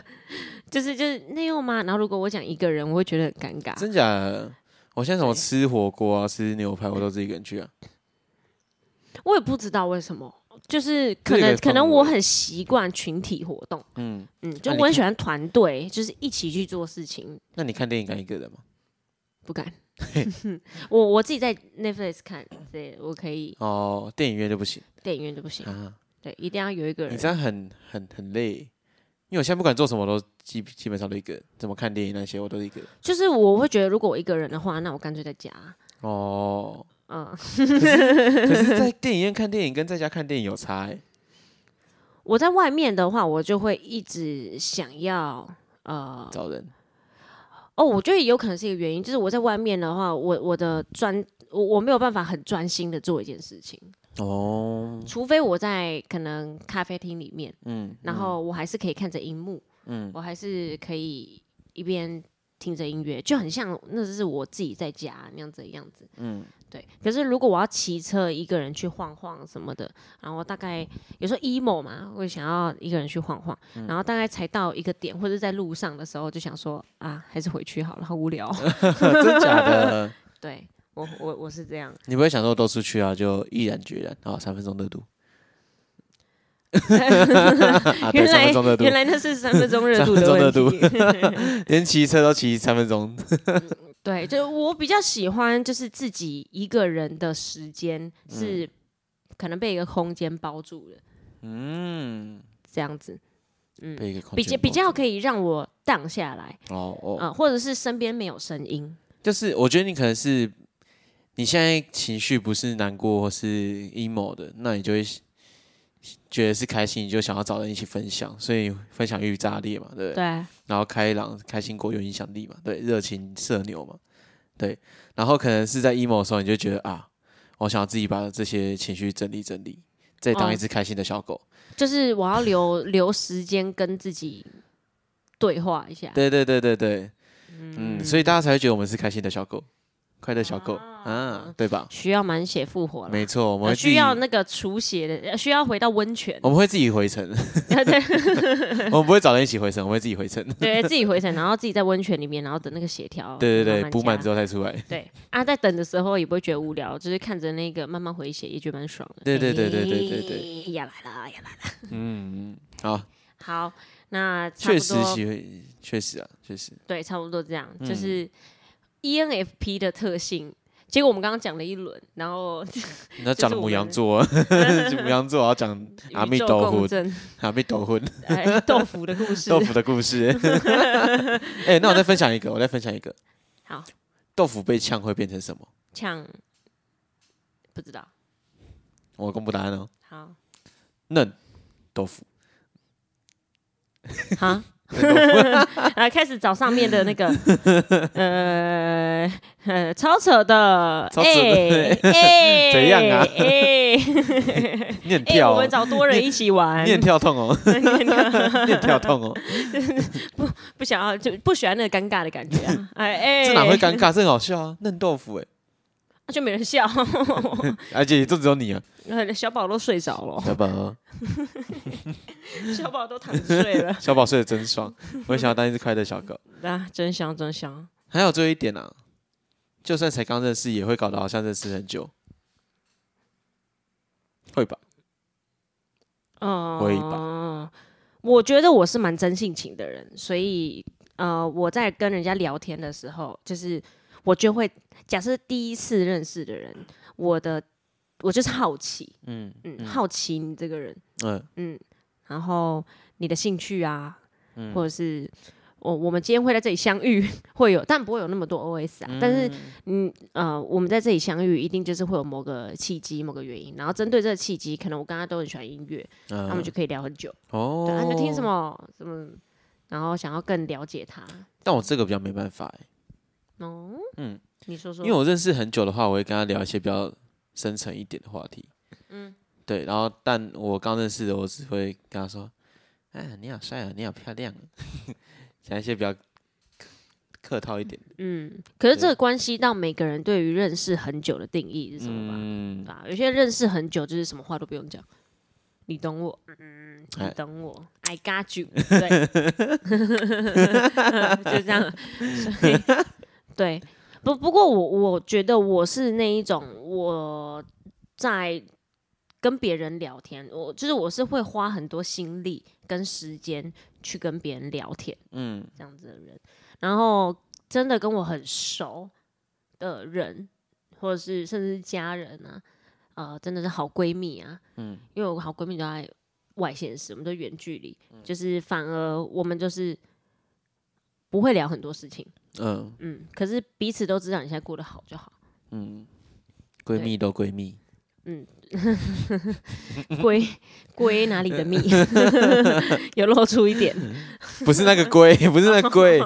S1: 就是就是内用吗？然后如果我讲一个人，我会觉得很尴尬。
S2: 真假的？我现在怎么
S1: 对
S2: 吃火锅啊，吃牛排，我都自己一个人去啊。
S1: 我也不知道为什么，就是可
S2: 这
S1: 能
S2: 个
S1: 可能
S2: 氛围
S1: 我很习惯群体活动，
S2: 嗯，
S1: 嗯，就
S2: 那你
S1: 我很
S2: 看
S1: 喜欢团队，就是一起去做事情，
S2: 那你看电影敢一个人吗？
S1: 不敢。 我我自己在 Netflix 看，对我可以
S2: 哦，电影院就不行
S1: 电影院就不行，
S2: 啊，
S1: 对，一定要有一个
S2: 你
S1: 人
S2: 这。样很很很累，因为我现在不管做什么都基基本上都一个人，怎么看电影那些我都一个人。
S1: 就是我会觉得，如果我一个人的话，那我干脆在家。
S2: 哦，
S1: 嗯，
S2: 可是，在电影院看电影跟在家看电影有差、欸，
S1: 我在外面的话，我就会一直想要呃，
S2: 找人
S1: 哦，我觉得有可能是一个原因，就是我在外面的话，我我的专我我没有办法很专心的做一件事情，
S2: 哦，
S1: 除非我在可能咖啡厅里面，
S2: 嗯，
S1: 然后我还是可以看着荧幕，
S2: 嗯
S1: 我还是可以一边听着音乐，就很像那是我自己在家那样子的样子。嗯，对。可是如果我要骑车一个人去晃晃什么的，然后大概有时候 emo 嘛，我想要一个人去晃晃，
S2: 嗯
S1: 然后大概才到一个点或者在路上的时候，就想说啊，还是回去好了，好无聊。
S2: 真假的？
S1: 对我我我是这样，
S2: 你不会想说都出去啊，就毅然决然啊，三分钟 热度。啊，对，
S1: 原
S2: 三
S1: 来
S2: 分钟热度
S1: 原，来那是三分钟热度
S2: 三
S1: 的
S2: 分
S1: 问
S2: 钟
S1: 题。
S2: 连骑车都骑三分钟。
S1: 对，就我比较喜欢就是自己一个人的时间是可能被一个空间包住的
S2: 嗯，
S1: 这样子，
S2: 被一个空
S1: 比
S2: 间
S1: 较比
S2: 包
S1: 较可以让我荡下来
S2: 哦哦，
S1: 啊、或者是身边没有声音。
S2: 就是我觉得你可能是你现在情绪不是难过或是 emo 的，那你就会觉得是开心，你就想要找人一起分享，所以分享欲炸裂嘛，对不对？
S1: 对，啊
S2: 然后开朗、开心果有影响力嘛，对，热情社牛嘛，对。然后可能是在 emo 的时候，你就觉得啊，我想要自己把这些情绪整理整理，再当一
S1: 哦
S2: 只开心的小狗。
S1: 就是我要 留留时间跟自己对话一下。
S2: 对对对对对，嗯，所以大家才会觉得我们是开心的小狗，快乐小狗啊，对吧？
S1: 需要满血复活了，
S2: 没错，我们
S1: 呃
S2: 会自己哦
S1: 需要那个除血的，呃需要回到温泉，
S2: 我们会自己回程，我们不会找人一起回程，我们会自己回 程。
S1: 对自己回程，然后自己在温泉里面，然后等那个血条
S2: 对
S1: 慢
S2: 对对，
S1: 慢
S2: 补满
S1: 加
S2: 之后再出来。
S1: 对啊，在等的时候也不会觉得无聊，就是看着那个慢慢回血，也觉得蛮爽的。
S2: 对对对对对对对
S1: 哎呀来了呀来了。
S2: 嗯，好，
S1: 好，那差
S2: 确
S1: 不
S2: 实嗯
S1: 多
S2: 喜欢，确实啊，确实。
S1: 对，差不多这样，就是 E ENFP 的特性。结果我们刚刚讲了一轮，然后
S2: 你要讲
S1: 就是我
S2: 母
S1: 们
S2: 羊座啊， 母羊座，我啊要讲 啊阿
S1: 宇
S2: 弥
S1: 宙
S2: 陀
S1: 共
S2: 佛，
S1: 振，
S2: 阿弥陀佛，
S1: 哎，豆腐的故事。
S2: 豆腐的故 事。 哎，那我再分享一个，我再分享一个，
S1: 好，
S2: 豆腐被呛会变成什么？
S1: 呛，不知道。
S2: 我公布答案哦，
S1: 好，
S2: 嫩豆腐。
S1: 好，啊，开始找上面的那个， 呃呃，超扯的，
S2: 超扯的
S1: 哎哎
S2: 怎样啊
S1: 哎。
S2: 你很
S1: 哎、
S2: 跳
S1: 我
S2: 哦
S1: 们，找多人一起玩
S2: 你，很跳 痛哦，你很跳痛哦，
S1: 不想要就不喜欢那个尴尬的感觉 啊！哎 哎，
S2: 这哪会尴尬？这很好笑啊，嫩豆腐哎。
S1: 尬？就没人笑，
S2: 而且就只有你啊，
S1: 小宝都睡着了，
S2: 小宝，，
S1: 小宝都躺着睡了
S2: 小宝睡得真爽，我也想要当一只快乐小狗。
S1: 啊，真香真香！
S2: 还有最后一点啊，就算才刚认识，也会搞得好像认识很久，会吧？
S1: 哦、
S2: 会
S1: 我觉得我是蛮真性情的人，所以呃，我在跟人家聊天的时候，就是我就会假设第一次认识的人，我的我就是好奇，
S2: 嗯
S1: 嗯，好奇你这个人，
S2: 嗯，
S1: 嗯，然后你的兴趣啊，
S2: 嗯
S1: 或者是我我们今天会在这里相遇，会有，但不会有那么多 OS 啊。但是，嗯呃，我们在这里相遇，一定就是会有某个契机、某个原因，然后针对这个契机，可能我跟他都很喜欢音乐，
S2: 嗯
S1: 他们就可以聊很久。
S2: 哦，
S1: 对，他就听什？么什么，然后想要更了解他。
S2: 但我这个比较没办法、欸，
S1: 哦，
S2: 嗯
S1: 嗯，你说说，
S2: 因为我认识很久的话，我会跟他聊一些比较深层一点的话题。嗯，对，然后但我刚认识的，我只会跟他说：“哎，你好帅啊，你好漂亮、啊。” 讲一些比较客套一点的。
S1: 嗯，可是这个关系到每个人对于认识很久的定义是什么吧？
S2: 嗯
S1: 对，吧？有些认识很久，就是什么话都不用讲，你懂我，嗯，
S2: 哎
S1: 你懂我，I got you，对， 就这样，所以对，不不过我我觉得我是那一种我在跟别人聊天，我就是我是会花很多心力跟时间去跟别人聊天，
S2: 嗯，
S1: 这样子的人，然后真的跟我很熟的人，或者是甚至是家人啊，呃，真的是好闺蜜啊，嗯，因为我好闺蜜都在外县市，我们都远距离，
S2: 嗯
S1: 就是反而我们就是不会聊很多事情，
S2: 嗯
S1: 嗯，可是彼此都知道你现在过得好就 好，
S2: 嗯，闺蜜都闺蜜，
S1: 闺闺哪里的蜜， 有露出一点，
S2: 不是那个龟，不是那个龟，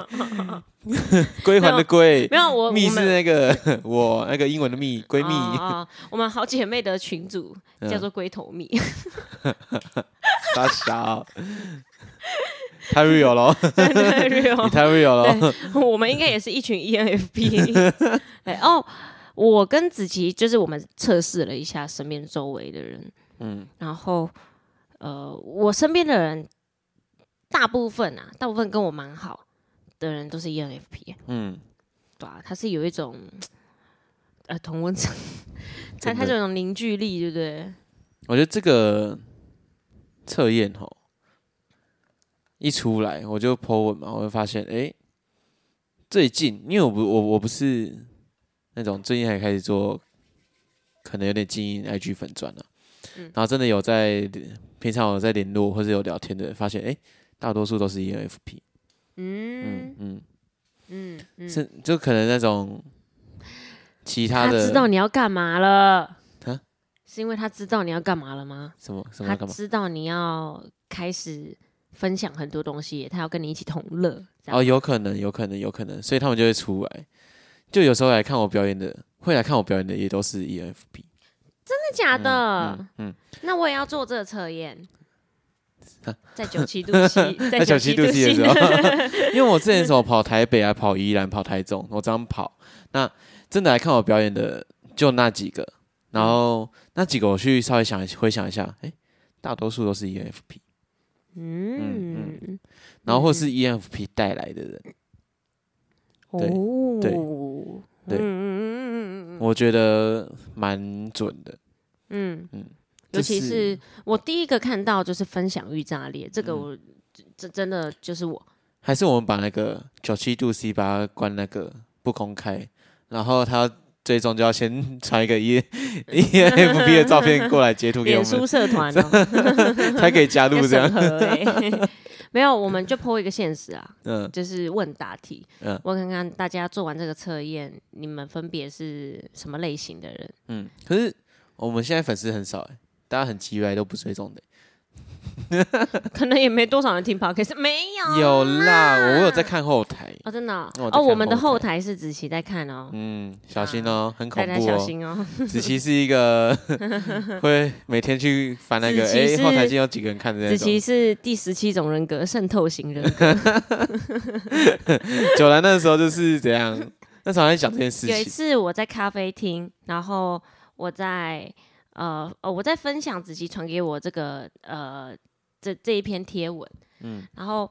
S2: 归还的归
S1: 没，有我
S2: 蜜
S1: 我
S2: 是
S1: 们。
S2: 那个我那个英文的蜜，闺蜜。
S1: 啊啊啊我们好姐妹的群组
S2: 嗯
S1: 叫做“龟头蜜”，
S2: 傻小，太 real 了，
S1: 真的
S2: 你
S1: real。
S2: 太 real 了。
S1: 我们应该也是一群 E ENFP。对哦，我跟子琪就是我们测试了一下身边周围的人，
S2: 嗯，
S1: 然后呃，我身边的人大部分啊，大部分跟我蛮好的人都是 E ENFP，
S2: 嗯，
S1: 对啊，他是有一种呃同温层，他
S2: 真
S1: 他
S2: 的
S1: 就有一种凝聚力，对不对？
S2: 我觉得这个测验哈，一出来我就 po 文嘛，我就发现哎、诶最近因为我不我我不是那种最近还开始做，可能有点经营 IG 粉砖了、
S1: 嗯
S2: 然后真的有在平常有在联络或是有聊天的，发现哎、诶大多数都是 E ENFP，嗯
S1: 嗯
S2: 嗯，
S1: 嗯嗯，
S2: 是就可能那种其他
S1: 他
S2: 的
S1: 知道你要干嘛了
S2: 啊，
S1: 是因为他知道你要干嘛了吗？
S2: 什么什么
S1: 他
S2: 要干嘛？
S1: 知道你要开始分享很多东西，他要跟你一起同乐。这样
S2: 哦，有可能，有可能，有可能，所以他们就会出来。就有时候来看我表演的，会来看我表演的也都是 E ENFP。
S1: 真的假的？
S2: 嗯嗯，
S1: 那我也要做这个测验
S2: 啊，
S1: 在九七度 C，
S2: 在九
S1: 七
S2: 七度 C 的时
S1: 心
S2: 候， 因为我之前什么跑台北啊、跑宜兰、跑台中，我这样跑，那真的来看我表演的就那几个，然后那几个我去稍微想一回想一下，诶，大多数都是 ENFP，嗯
S1: 嗯，
S2: 然后或是 ENFP 带来的人，
S1: 哦
S2: 对，嗯对对
S1: 嗯嗯嗯嗯嗯
S2: 我觉得蛮准的。
S1: 嗯嗯
S2: 嗯，
S1: 尤其
S2: 这
S1: 是
S2: 是
S1: 我第一个看到就是分享欲炸裂，这个
S2: 嗯
S1: 我这真的就是我。
S2: 还是我们把那个九七度 C 把它关那个不公开，然后他最终就要先传一个 E E F B 的照片过来截图给我
S1: 脸书
S2: 们，
S1: 社团哦，
S2: 才可以加入
S1: 要
S2: 这
S1: 审
S2: 样。
S1: 核欸没有，我们就 po 一个现实啊，
S2: 嗯
S1: 就是问答题，
S2: 嗯
S1: 我看看大家做完这个测验，你们分别是什么类型的人？
S2: 嗯，可是我们现在粉丝很少、欸，大家很急来都不追踪的、
S1: 可能也没多少人听 podcast，没有啊
S2: 有啦，我有在看后台，
S1: 哦，真的哦
S2: 我有在
S1: 哦
S2: 看
S1: 我们的后
S2: 后
S1: 台是子琪在看哦，
S2: 嗯，小心哦、很恐
S1: 大家
S2: 怖
S1: 小
S2: 哦、
S1: 心哦。
S2: 子琪是一 个会每天去翻那个，
S1: 子琪
S2: 哎、
S1: 是
S2: 后台竟有几个人看的那
S1: 子琪
S2: 种。
S1: 是第十七种人格渗透型人 格。
S2: 九兰那时候就是怎样，那时候还在讲这件事
S1: 有一
S2: 情。
S1: 次我在咖啡厅，然后我在呃哦我在分享子琪传给我这个呃这这一篇贴文，嗯
S2: 嗯，
S1: 然后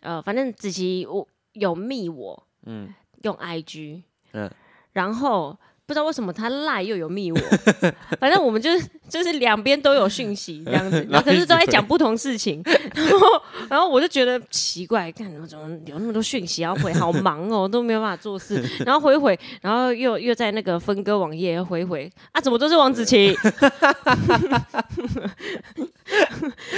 S1: 呃反正子琪我有密我
S2: 嗯
S1: 用 IG，嗯
S2: 嗯，
S1: 然后。不知道为什么他赖又有密我，反正我们就是就是两边都有讯息这样 子，然后可是都在讲不同事情，然后然后我就觉得奇怪，干我怎么有那么多讯息要回，好忙哦，都没有办法做事，然后回一回，然后又又在那个分割网页回一回啊，怎么都是王子琪？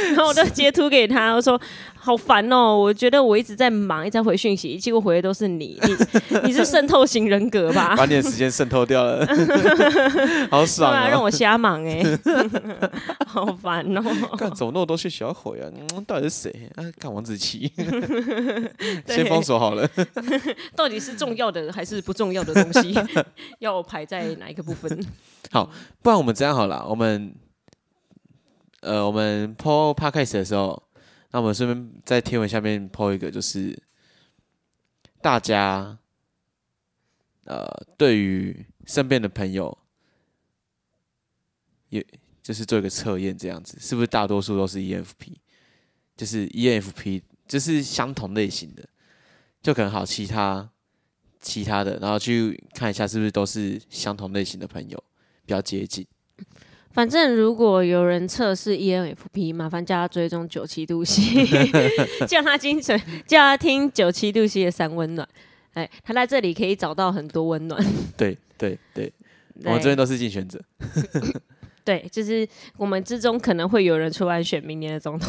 S1: 然后我就截图给他，我说好烦哦，我觉得我一直在忙，一直在回讯息，结果回的都是你，你你是渗透型人格 吧？
S2: 把你的时间渗透掉了， 好
S1: 对
S2: 爽
S1: 啊啊，让
S2: 啊！
S1: 我瞎忙 哎、好烦哦。
S2: 啊干怎么那么多讯息要回啊？嗯，到底是谁啊？干王子琪，
S1: 对
S2: 先封锁好了。
S1: 到底是重要的还是不重要的东 西，要我排在哪一个部分？
S2: 不然我们这样好了，我们呃，我们 po podcast 的时候，那我们顺便在贴文下面 po 一个，就是大家呃对于身边的朋友，也就是做一个测验，这样子是不是大多数都是 E ENFP？就是 E ENFP 就是相同类型的，就可能好其他其他的，然后去看一下是不是都是相同类型的朋友。比较接近。
S1: 反正如果有人测试 E ENFP，麻烦叫他追踪九七度 C，叫他精神，叫他听九七度 C 的三温暖。哎，他在这里可以找到很多温暖。
S2: 对对对，我
S1: 对
S2: 们这边都是竞选者。
S1: 对，就是我们之中可能会有人出来选明年的总统。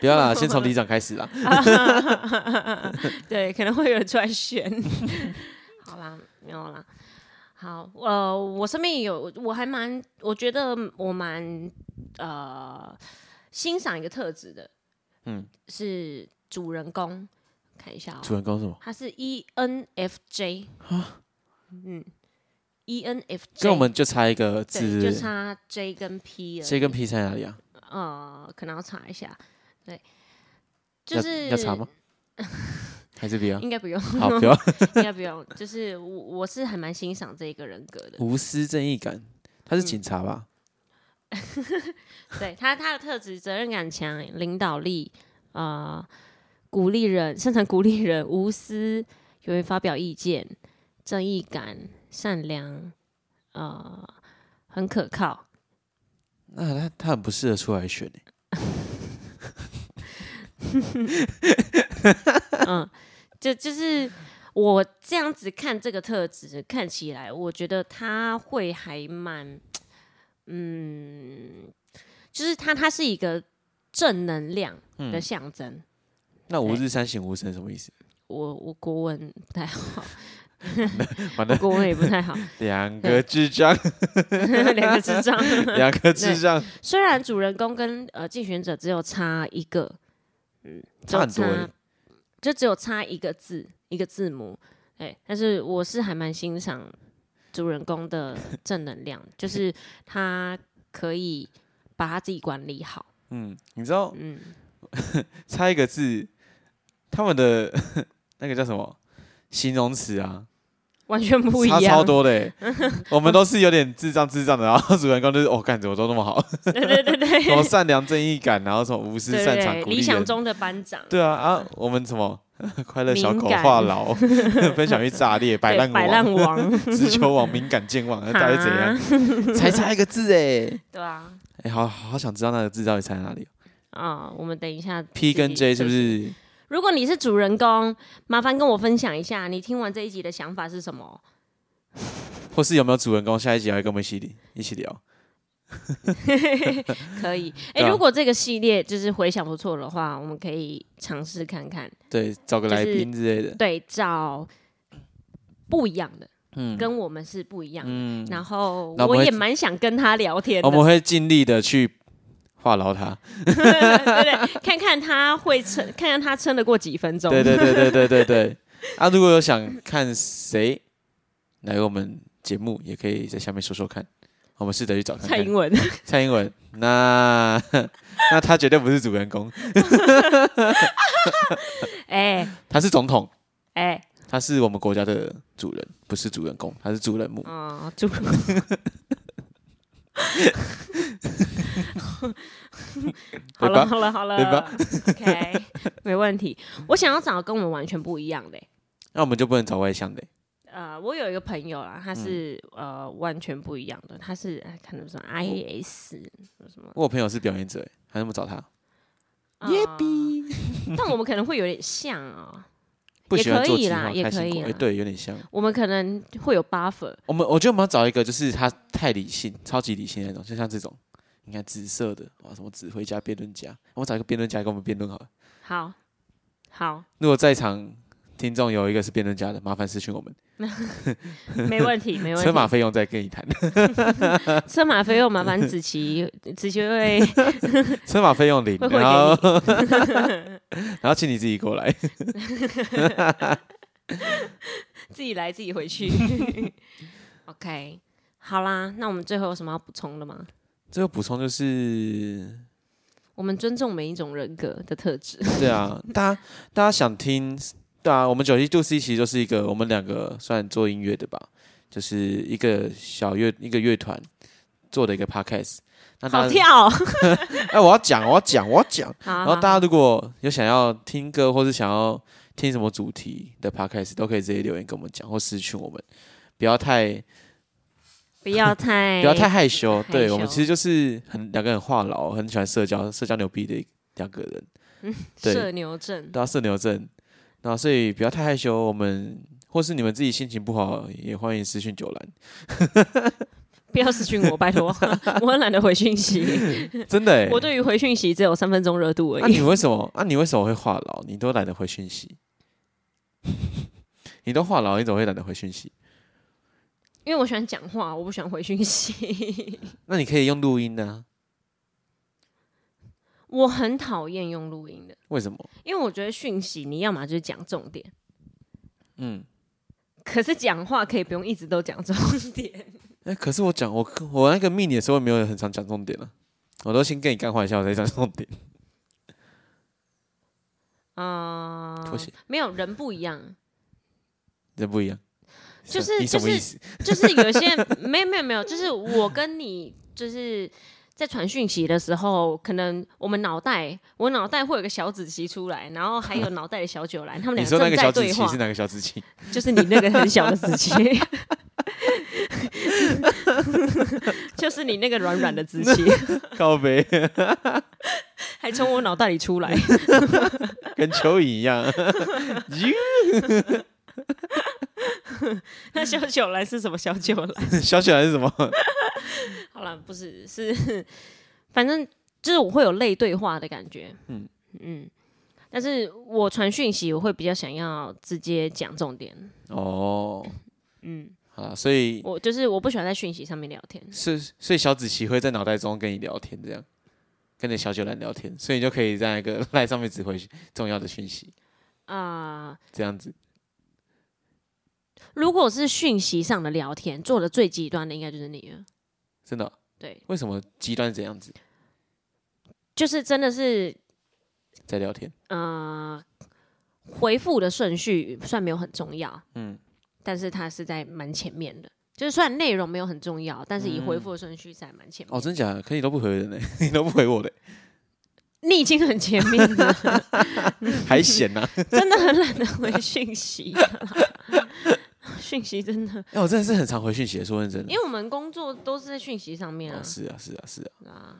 S2: 不要啦，先从里长 开始啦。
S1: 对，可能会有人出来 选。好啦，没有啦。好，呃，我身边也有，我还蛮，我觉得我蛮呃欣赏一个特质的，嗯
S2: 嗯，
S1: 是主人公。看一下哦、
S2: 主人公是什么？
S1: 他是 E ENFJ 嗯，ENFJ
S2: 所以我们就差一个字，
S1: 对，
S2: 对
S1: 就
S2: 不对
S1: 差 J 跟 P 了。
S2: C 跟 P 在哪里啊？
S1: 呃，可能要查一下。对，就
S2: 要
S1: 是
S2: 要查吗？还是不 要？
S1: 应该不用，
S2: 好，不 要
S1: 应该不用。就是我我是还蛮欣赏这一个人格的，
S2: 无私正义感。他是警察吧？
S1: 对他他的特质，责任感强，领导力，呃，鼓励人，擅长鼓励人，无私，勇于发表意见，正义感，善良，呃，很可靠。
S2: 那他他很不适合出来选欸
S1: 嗯，就就是我这样子看这个特质，看起来我觉得他会还蛮，嗯，就是他他是一个正能量的象征。
S2: 那吾日三省吾身什么意思？
S1: 我我国文不太好，
S2: 完
S1: 我
S2: 了，
S1: 国文也不太好，
S2: 两个智障，
S1: 两个智障。
S2: 两个智障，
S1: 虽然主人公跟呃竞选者只有差一个，嗯，
S2: 差很多
S1: 就
S2: 欸
S1: 就只有差一个字一个字母，哎、但是我是还蛮欣赏主人公的正能量，就是他可以把他自己管理好，
S2: 嗯，你知道
S1: 嗯，
S2: 差一个字，他们的 那个叫什么形容词啊，
S1: 完全不一
S2: 差
S1: 样，
S2: 超多 的欸。我们都是有点智障智障的，然后主人公就是哦，干怎么都 那么好，
S1: 对对对对，
S2: 什么善良正义感，然后什么无私
S1: 对
S2: 擅长
S1: 对
S2: 鼓励
S1: 理想
S2: 人
S1: 中的班长，
S2: 对啊啊，我们什么 快乐小
S1: 敏
S2: 狗
S1: 感
S2: 话痨，哦 分享欲炸裂，摆
S1: 对
S2: 烂
S1: 摆烂
S2: 王，
S1: 王，
S2: 直球王，敏感 健忘，那到底怎样？
S1: 哈
S2: 才差一个字哎，
S1: 对啊，
S2: 哎，好好想知道那个字到底差在哪里哦。
S1: 啊、我们等一下
S2: P
S1: 自
S2: 跟
S1: 己
S2: J 是不
S1: 自己
S2: 是？
S1: 如果你是主人公，麻烦跟我分享一下你听完这一集的想法是什么？
S2: 或是有没有主人公下一集要跟我们一起一起聊？
S1: 可以，哎、
S2: 对啊
S1: 如果这个系列就是回想不错的话，我们可以尝试看看，
S2: 对，找个
S1: 就
S2: 来
S1: 是
S2: 宾之类的。
S1: 对照不一样的，
S2: 嗯
S1: 跟我们是不一样的。
S2: 嗯，
S1: 然后
S2: 那我们
S1: 我
S2: 会哦
S1: 也蛮想跟他聊天的，
S2: 我们会尽力的去话痨他。
S1: 对对，看看他会撑，看看他撑得过几分钟。
S2: 对对对对对对对。啊，如果有想看谁来我们节目，也可以在下面说说看。我们试着去找看
S1: 蔡
S2: 看
S1: 英 文，
S2: 蔡英文，那 那他绝对不是主人公，
S1: 哎
S2: 他是总统，
S1: 哎，
S2: 他是我们国家的主人，不是主人公，他是主人母。
S1: 哦，主好
S2: 对吧
S1: 了好了好
S2: 对
S1: 了
S2: 吧
S1: ，OK，没问题。我想要找跟我们完全不一样的欸、
S2: 那我们就不能找外向的、
S1: 呃，我有一个朋友啦，
S2: 嗯
S1: 他是、呃完全不一样的，他是哎看什么 IAS 什么，
S2: 我朋友是表演者、欸，还那么找他，
S1: 呃 但我们可能会有点像啊、
S2: 不
S1: 也
S2: 喜欢
S1: 可
S2: 做
S1: 以
S2: 计
S1: 啦
S2: 划
S1: 也
S2: 开
S1: 可
S2: 心
S1: 以啊
S2: 果，哎、
S1: 啦
S2: 对，有点像。
S1: 我们可能会有 buffer，
S2: 我们我觉得我们要找一个，就是他太理性，超级理性那种，就像这种，你看紫色的，哇，什么指挥家、辩论家，我们找一个辩论家跟我们辩论好了。
S1: 好，好，
S2: 如果在场听众有一个是辩论家的，麻烦私讯我们，
S1: 没问题，没问题。
S2: 车马费用再跟你谈。
S1: 车马费用麻烦子琪，子琪 会
S2: 车马费用零，
S1: 会汇给
S2: 然后 然后请你自己过来。
S1: 自己来自己回去。OK，好啦，那我们最后有什么要补充的吗？
S2: 最后补充就是，
S1: 我们尊重每一种人格的特质。
S2: 对啊，大家大家想听，对啊，我们九七度 C 其实就是一个我们两个算做音乐的吧，就是一个小乐一个乐团做的一个 podcast。那大
S1: 好
S2: 家
S1: 跳哦，
S2: 哎，我要讲，我要讲，我要讲。
S1: 好
S2: 然后
S1: 好
S2: 大家如果有想要听歌，或是想要听什么主题的 podcast，都可以直接留言跟我们讲，或私讯我们。不要太
S1: 不要太
S2: 不要太害羞，
S1: 哎害
S2: 对
S1: 羞
S2: 我们其实就是很两个很话痨，很喜欢社交，社交牛逼的两个人，对
S1: 社牛症。
S2: 都要社牛症。那所以不要太害羞，我们或是你们自己心情不好，也欢迎私讯九兰。
S1: 不要私讯我，拜 托，我很懒得回讯息。
S2: 真的、欸，
S1: 嗯我对于回讯息只有三分钟热度
S2: 那、
S1: 而
S2: 啊你
S1: 已。
S2: 为什么？那、你为什么会话痨？你都懒得回讯息， 你都话痨，你怎么会懒得回讯息？
S1: 因为我喜欢讲话，我不喜欢回讯息。
S2: 那你可以用录音啊呢、
S1: 我很讨厌用录音的，
S2: 为什么？
S1: 因为我觉得讯息你要么就是讲重点，
S2: 嗯，
S1: 可是讲话可以不用一直都讲重点。
S2: 哎、可是我讲我我那个密你的时候，没有很常讲啊重点了、我都先跟你干话一下，我再讲重点。
S1: 嗯、
S2: 妥协
S1: 没有人不一样，
S2: 这不一样。
S1: 就是
S2: 你什么
S1: 就是
S2: 意思？
S1: 就是有些人没有没有没有，就是我跟你就是在传讯息的时候，可能我们脑袋我脑袋会有个小子琪出来，然后还有脑袋的小九来，他们
S2: 你
S1: 两
S2: 说那
S1: 正
S2: 个
S1: 在
S2: 小紫
S1: 对
S2: 琪
S1: 话
S2: 是，哪个小紫琪？
S1: 就是你那个很小的 子琪。就是你那个软软的子琪，
S2: 靠背
S1: 还从我脑袋里出 来。
S2: 跟蚯蚓 一样。
S1: 那小九来是什么小九来？
S2: 小雪还是什么？
S1: 好了，不是是，反正就是我会有类对话的感觉。嗯嗯，但是我传讯息，我会比较想要直接讲重点。
S2: 哦，
S1: 嗯，
S2: 啊，所以
S1: 我就是我不喜欢在讯息上面聊天。
S2: 是，所以小紫琪会在脑袋中跟你聊天，这样跟你小九兰聊天，所以你就可以在那个赖上面指挥重要的讯息，
S1: 啊、
S2: 这样子。
S1: 如果是讯息上的聊天，做的最极端的应该就是你了。
S2: 真的哦、
S1: 对，
S2: 为什么极端是怎样子
S1: 就是真的是
S2: 在聊天？
S1: 呃，回复的顺序算没有很重要，嗯，但是它是在蛮前面的。就是虽然内容没有很重要，但是以回复的顺序在蛮前面的
S2: 嗯哦，真假的？可你都不回人呢、 你都不回我的、
S1: 你已经很前面了，
S2: 还闲啊呐、
S1: 真的很懒得回讯息。 讯息真的，
S2: 哎、我真的是很常回讯息的，说认真的
S1: 因。为我们工作都是在讯息上面啊
S2: 哦，，是啊，是啊，是啊，
S1: 啊，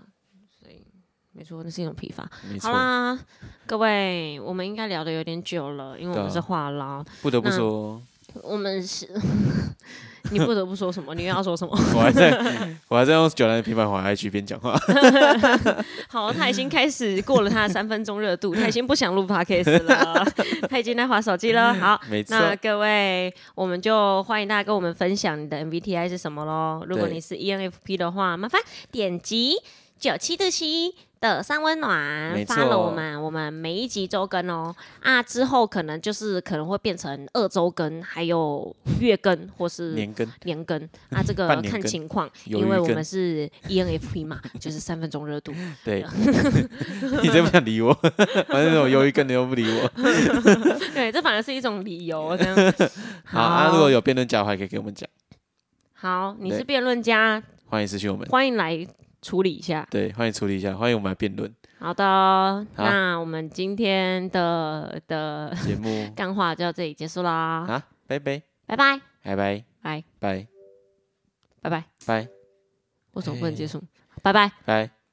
S1: 所以没错，那是一种疲乏。
S2: 没
S1: 好
S2: 错。
S1: 啦，各位，我们应该聊的有点久了，因为我们
S2: 对啊
S1: 是话痨，
S2: 不得不
S1: 那
S2: 说，
S1: 我们是， 你不得不说什么，你又要说什么？
S2: 我还在， 我还在用九兰的平板滑 IG 边讲话。
S1: 好，他已经开始过了他的三分钟热度，他已经不想 录 podcast 了，他已经在划手机了。好，
S2: 嗯没错，
S1: 那各位，我们就欢迎大家跟我们分享你的 MBTI 是什么喽。如果
S2: 对
S1: 你是 E ENFP 的话，麻烦点击九七度 C 的三温暖，
S2: 没错
S1: 发了我们，我们每一集周更哦。啊，之后可能就是可能会变成二周更，还有月更或是
S2: 年更
S1: 年更啊，这个
S2: 半年
S1: 看
S2: 更
S1: 情况，
S2: 有
S1: 因为
S2: 余
S1: 我
S2: 更
S1: 们是 E ENFP 嘛，就是三分钟热度。
S2: 对， 你真不想理我， 反正我忧郁更你又不理我。
S1: 对，这反而是一种理由。这 样
S2: 好啊，如果有辩论家的话，可以给我们讲，
S1: 好，你是
S2: 对
S1: 辩论家，
S2: 欢迎私讯我们。
S1: 欢迎来处理一下。
S2: 对，欢迎处理一下，欢迎我们来辩论
S1: 好的，那我们今天的的
S2: 节 目
S1: 干话就到这里结束啦，
S2: 啊，拜拜，
S1: 拜拜，
S2: 拜拜，
S1: 拜
S2: 拜
S1: 拜拜，
S2: 拜哎
S1: 为什么不能结束？拜拜。
S2: 拜。